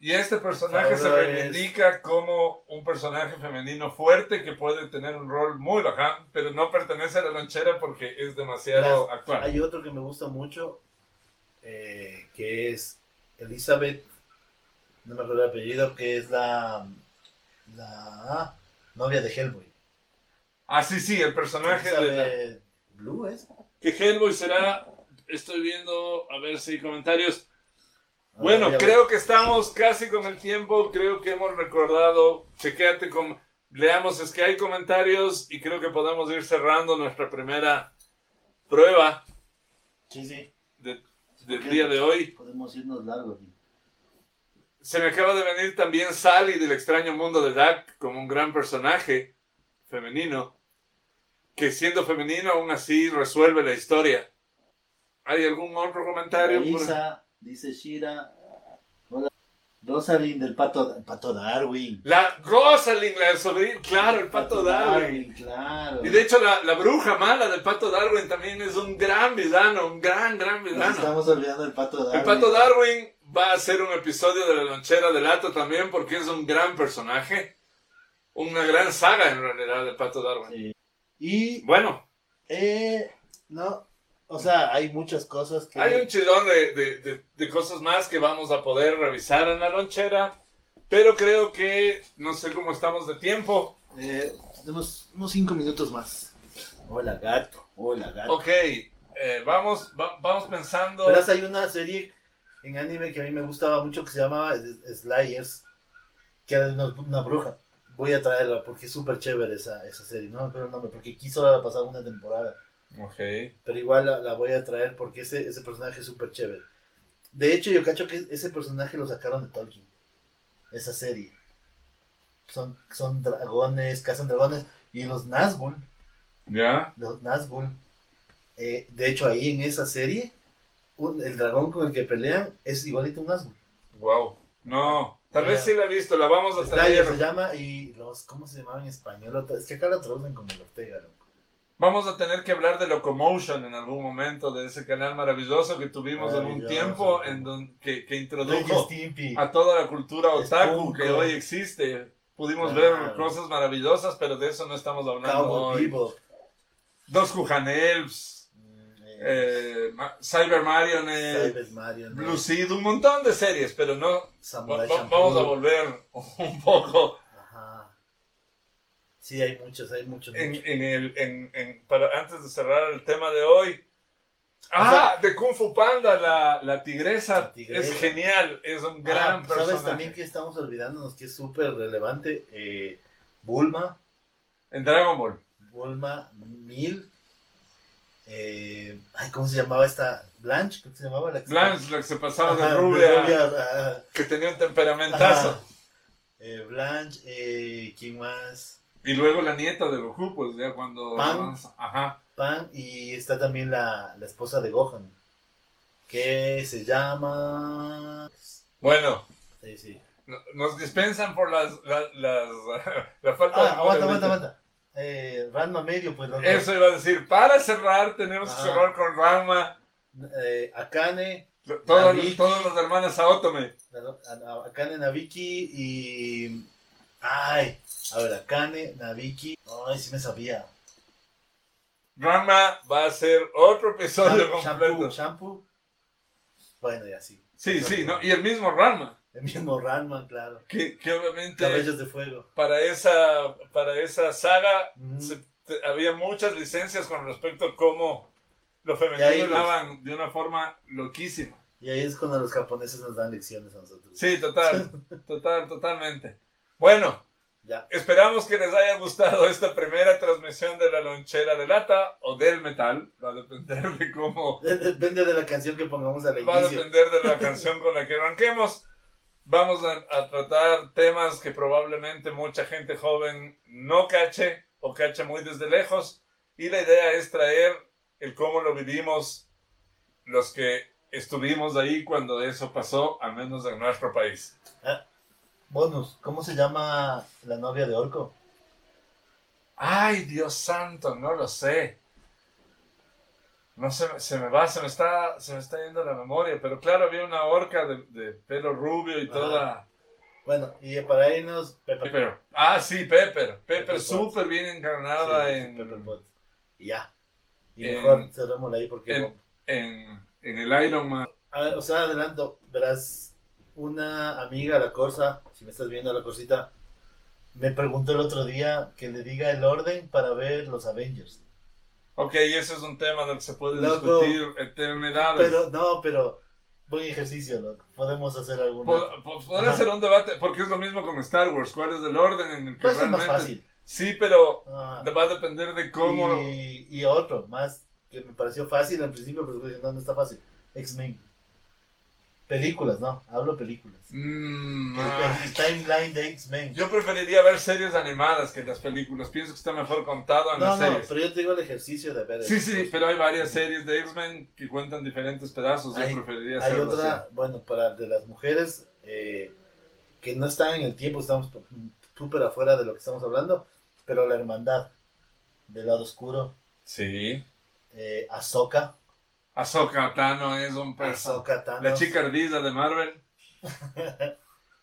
[SPEAKER 1] Y este personaje se
[SPEAKER 2] Ahora es-
[SPEAKER 1] reivindica como un personaje femenino fuerte que puede tener un rol muy baján, pero no pertenece a la lonchera porque es demasiado
[SPEAKER 2] Las-
[SPEAKER 1] actual.
[SPEAKER 2] Hay otro que me gusta mucho, eh, que es Elizabeth, no me acuerdo el apellido, que es la, la ah, novia de Hellboy.
[SPEAKER 1] Ah, sí, sí, el personaje de la-
[SPEAKER 2] Elizabeth Blue es. Ah,
[SPEAKER 1] Que Hellboy será... Estoy viendo, a ver si hay comentarios. Bueno,
[SPEAKER 2] Ah, ya voy.
[SPEAKER 1] creo que estamos casi con el tiempo, creo que hemos recordado, chequéate con, leamos, es que hay comentarios y creo que podemos ir cerrando nuestra primera prueba
[SPEAKER 2] Sí, sí.
[SPEAKER 1] de- del día de hoy.
[SPEAKER 2] Podemos irnos largo aquí.
[SPEAKER 1] Se me acaba de venir también Sally del extraño mundo de Duck como un gran personaje femenino, que siendo femenino aún así resuelve la historia. ¿Hay algún otro comentario? por-
[SPEAKER 2] Isa, dice Shira. Hola. Rosalind del pato, el pato Darwin.
[SPEAKER 1] La Rosalind, la sobrina, claro, el pato Darwin.
[SPEAKER 2] Claro.
[SPEAKER 1] Y de hecho, la, la bruja mala del pato Darwin también es un gran villano, un gran, gran
[SPEAKER 2] Nos
[SPEAKER 1] villano.
[SPEAKER 2] estamos olvidando del pato Darwin.
[SPEAKER 1] El pato Darwin va a ser un episodio de la lonchera del lato también porque es un gran personaje. Una gran saga en realidad del pato Darwin.
[SPEAKER 2] Sí. Y,
[SPEAKER 1] Bueno,
[SPEAKER 2] eh, no. O sea, hay muchas cosas que.
[SPEAKER 1] hay un chidón de, de- de- de cosas más que vamos a poder revisar en la lonchera, pero creo que no sé cómo estamos de tiempo.
[SPEAKER 2] Eh, tenemos unos cinco minutos más. Hola, gato. Hola, gato.
[SPEAKER 1] Ok, eh, vamos, va- vamos pensando.
[SPEAKER 2] Verás, hay una serie en anime que a mí me gustaba mucho que se llamaba S- Slayers, que era de una, una bruja. Voy a traerla porque es súper chévere esa, esa serie, no me acuerdo el nombre, porque quiso la pasar una temporada,
[SPEAKER 1] Ok.
[SPEAKER 2] pero igual la, la voy a traer porque ese, ese personaje es súper chévere. De hecho, yo cacho que ese personaje lo sacaron de Tolkien, esa serie. Son, son dragones, cazan dragones, y los Nazgûl
[SPEAKER 1] ¿Ya?
[SPEAKER 2] los Nazgûl. Eh, de hecho, ahí en esa serie, un- el dragón con el que pelean es igualito a un Nazgûl.
[SPEAKER 1] Wow. No, tal vez
[SPEAKER 2] Ya.
[SPEAKER 1] sí la he visto, la vamos a
[SPEAKER 2] Slayer se
[SPEAKER 1] tener.
[SPEAKER 2] llama y los, ¿cómo se llamaba en español? Es que acá la traducen como el Ortega, loco.
[SPEAKER 1] Vamos a tener que hablar de Locomotion en algún momento, de ese canal maravilloso que tuvimos en un
[SPEAKER 2] Maravilloso.
[SPEAKER 1] tiempo en don- que, que
[SPEAKER 2] Ricky
[SPEAKER 1] introdujo
[SPEAKER 2] Stimpy.
[SPEAKER 1] a toda la cultura otaku
[SPEAKER 2] Spunk.
[SPEAKER 1] que hoy existe. Pudimos
[SPEAKER 2] Claro.
[SPEAKER 1] ver cosas maravillosas, pero de eso no estamos hablando
[SPEAKER 2] Cowboy
[SPEAKER 1] hoy.
[SPEAKER 2] Bebop.
[SPEAKER 1] Dos Cujanelps,
[SPEAKER 2] Mm, eh,
[SPEAKER 1] eh, Ma- Cyber Marionette,
[SPEAKER 2] Cyber Mario, ¿no?
[SPEAKER 1] Eh, Blue Seed, un montón de series, pero no. va-
[SPEAKER 2] Samurai
[SPEAKER 1] va-
[SPEAKER 2] Champloo.
[SPEAKER 1] vamos a volver un poco
[SPEAKER 2] Ajá. Sí, hay muchos, hay muchos.
[SPEAKER 1] en,
[SPEAKER 2] muchos.
[SPEAKER 1] en el, en, en- para, antes de cerrar el tema de hoy. Ah, de Kung Fu Panda, la, la tigresa.
[SPEAKER 2] La tigresa.
[SPEAKER 1] Es genial, es un
[SPEAKER 2] Ah,
[SPEAKER 1] gran
[SPEAKER 2] ¿Sabes
[SPEAKER 1] personaje.
[SPEAKER 2] también que estamos olvidándonos que es súper relevante? Eh, Bulma.
[SPEAKER 1] En Dragon Ball.
[SPEAKER 2] Bulma Mil. eh, ay, ¿Cómo se llamaba esta? Blanche, creo que se llamaba la que
[SPEAKER 1] Blanche, la que se pasaba
[SPEAKER 2] Ajá,
[SPEAKER 1] de rubia,
[SPEAKER 2] rubia, ajá.
[SPEAKER 1] que tenía un temperamentazo.
[SPEAKER 2] Ajá. Eh, Blanche, eh, ¿quién más?
[SPEAKER 1] Y luego la nieta de Goku, pues ya cuando
[SPEAKER 2] Pan.
[SPEAKER 1] avanza. Ajá.
[SPEAKER 2] Pan, y está también la, la esposa de Gohan, que se llama.
[SPEAKER 1] Bueno,
[SPEAKER 2] Sí, sí.
[SPEAKER 1] no- nos dispensan por las, la, las, la falta de
[SPEAKER 2] Ah, aguanta,
[SPEAKER 1] memoria.
[SPEAKER 2] aguanta, aguanta. Eh, Ranma medio, pues loco.
[SPEAKER 1] Eso iba a decir. Para cerrar, tenemos que
[SPEAKER 2] Ah.
[SPEAKER 1] cerrar con Rama.
[SPEAKER 2] Eh, Akane,
[SPEAKER 1] Todas,
[SPEAKER 2] Vicky.
[SPEAKER 1] todas las hermanas Saotome.
[SPEAKER 2] la- a- a- Akane Nabiki y. Ay, a ver, Akane, Nabiki. Ay, sí me sabía.
[SPEAKER 1] Rama va a ser otro episodio
[SPEAKER 2] Champ-
[SPEAKER 1] completo.
[SPEAKER 2] Shampoo, shampoo. Bueno, y así.
[SPEAKER 1] Sí, sí, ¿no? y el mismo Rama,
[SPEAKER 2] El mismo Ranman, claro.
[SPEAKER 1] que, que obviamente
[SPEAKER 2] Cabellos de fuego.
[SPEAKER 1] para esa, para esa saga
[SPEAKER 2] Mm.
[SPEAKER 1] se- te- había muchas licencias con respecto a cómo lo femenino
[SPEAKER 2] Y ahí, pues.
[SPEAKER 1] hablaban de una forma loquísima.
[SPEAKER 2] Y ahí es cuando los japoneses nos dan lecciones a nosotros.
[SPEAKER 1] Sí, total, total, totalmente. Bueno,
[SPEAKER 2] Ya.
[SPEAKER 1] esperamos que les haya gustado esta primera transmisión de la lonchera de lata o del metal, va a depender de cómo
[SPEAKER 2] Depende de la canción que pongamos al
[SPEAKER 1] Va a
[SPEAKER 2] inicio.
[SPEAKER 1] depender de la canción con la que arranquemos. Vamos a, a tratar temas que probablemente mucha gente joven no cache o cache muy desde lejos. Y la idea es traer el cómo lo vivimos los que estuvimos ahí cuando eso pasó, al menos en nuestro país.
[SPEAKER 2] Bonus, ¿cómo se llama la novia de Orco?
[SPEAKER 1] Ay, Dios santo, no lo sé. No se, me- se me va, se me, está, se me está yendo la memoria. Pero claro, había una orca de, de pelo rubio y
[SPEAKER 2] Ah.
[SPEAKER 1] toda...
[SPEAKER 2] Bueno, y para irnos, Peppa Pig.
[SPEAKER 1] Pepper. Ah, sí, Pepper. Pepper
[SPEAKER 2] Pepper
[SPEAKER 1] súper bien encarnada
[SPEAKER 2] Sí,
[SPEAKER 1] en,
[SPEAKER 2] Pepper Potts. Y ya. Y
[SPEAKER 1] en-
[SPEAKER 2] mejor cerrémosla ahí porque.
[SPEAKER 1] en- en, en el Iron Man.
[SPEAKER 2] A ver, o sea, adelanto, verás, una amiga, la Corsa, si me estás viendo la Corsita, me preguntó el otro día que le diga el orden para ver los Avengers.
[SPEAKER 1] Ok, ese es un tema del que se puede
[SPEAKER 2] Loco.
[SPEAKER 1] discutir eternidades.
[SPEAKER 2] Pero, no, pero Buen ejercicio, loco. Podemos hacer alguna.
[SPEAKER 1] Pod- pod- Podría ser un debate, porque es lo mismo con Star Wars. ¿Cuál es el orden en el que
[SPEAKER 2] Puede ser más
[SPEAKER 1] realmente?
[SPEAKER 2] fácil.
[SPEAKER 1] Sí, pero
[SPEAKER 2] Ah,
[SPEAKER 1] va a depender de cómo.
[SPEAKER 2] Y, y otro, más, que me pareció fácil al principio, pero después dije, no, no está fácil. X-Men. Películas, no, hablo películas.
[SPEAKER 1] Mm,
[SPEAKER 2] El-
[SPEAKER 1] ah.
[SPEAKER 2] El timeline de X-Men.
[SPEAKER 1] Yo preferiría ver series animadas que las películas. Pienso que está mejor contado en
[SPEAKER 2] No,
[SPEAKER 1] las
[SPEAKER 2] no,
[SPEAKER 1] series.
[SPEAKER 2] pero yo te digo el ejercicio de ver.
[SPEAKER 1] Sí, sí,
[SPEAKER 2] esto.
[SPEAKER 1] pero hay varias series de X-Men que cuentan diferentes pedazos. Yo
[SPEAKER 2] Hay-
[SPEAKER 1] preferiría
[SPEAKER 2] Hay
[SPEAKER 1] hacerlo así.
[SPEAKER 2] otra, bueno, para de las mujeres eh, que no están en el tiempo, estamos súper afuera de lo que estamos hablando, pero la hermandad del lado oscuro,
[SPEAKER 1] Sí.
[SPEAKER 2] eh, Ahsoka,
[SPEAKER 1] Ahsoka Tano es un personaje.
[SPEAKER 2] Ahsoka Thanos.
[SPEAKER 1] La chica ardilla de Marvel.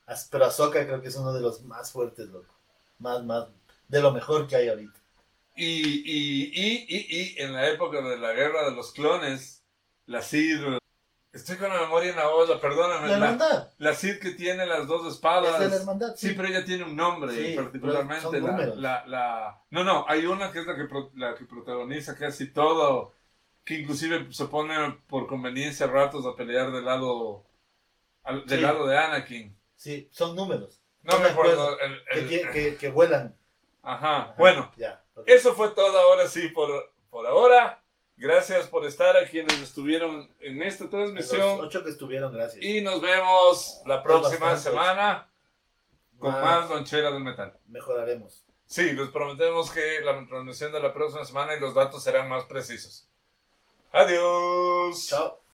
[SPEAKER 2] As- Pero Ahsoka creo que es uno de los más fuertes, loco. Más, más, de lo mejor que hay ahorita.
[SPEAKER 1] Y, y, y, y, y en la época de la guerra de los clones, la Cid. Estoy con la memoria en la olla, perdóname.
[SPEAKER 2] La
[SPEAKER 1] Ah, La,
[SPEAKER 2] hermandad.
[SPEAKER 1] la Cid que tiene las dos
[SPEAKER 2] Es de la
[SPEAKER 1] espadas.
[SPEAKER 2] hermandad.
[SPEAKER 1] Sí, pero ella tiene un nombre,
[SPEAKER 2] Sí,
[SPEAKER 1] y
[SPEAKER 2] pero
[SPEAKER 1] particularmente.
[SPEAKER 2] son
[SPEAKER 1] La,
[SPEAKER 2] números.
[SPEAKER 1] la, la- No, no, hay una que es la que, pro- la que protagoniza casi todo, que inclusive se pone por conveniencia a ratos a pelear del lado, al- del
[SPEAKER 2] Sí.
[SPEAKER 1] lado de Anakin.
[SPEAKER 2] Sí, son números.
[SPEAKER 1] No
[SPEAKER 2] No
[SPEAKER 1] me
[SPEAKER 2] me
[SPEAKER 1] acuerdo. el-
[SPEAKER 2] Que,
[SPEAKER 1] el-
[SPEAKER 2] tie- que, que vuelan.
[SPEAKER 1] Ajá,
[SPEAKER 2] Ajá,
[SPEAKER 1] bueno.
[SPEAKER 2] Ya. ok.
[SPEAKER 1] Eso fue todo ahora sí por, por ahora. Gracias por estar a quienes estuvieron en esta
[SPEAKER 2] Los
[SPEAKER 1] transmisión.
[SPEAKER 2] ocho que estuvieron, gracias.
[SPEAKER 1] Y nos vemos la próxima
[SPEAKER 2] bastantes.
[SPEAKER 1] semana con
[SPEAKER 2] Ah,
[SPEAKER 1] más lonchera del metal.
[SPEAKER 2] Mejoraremos.
[SPEAKER 1] Sí, les prometemos que la transmisión de la próxima semana y los datos serán más precisos. Adiós.
[SPEAKER 2] Chao.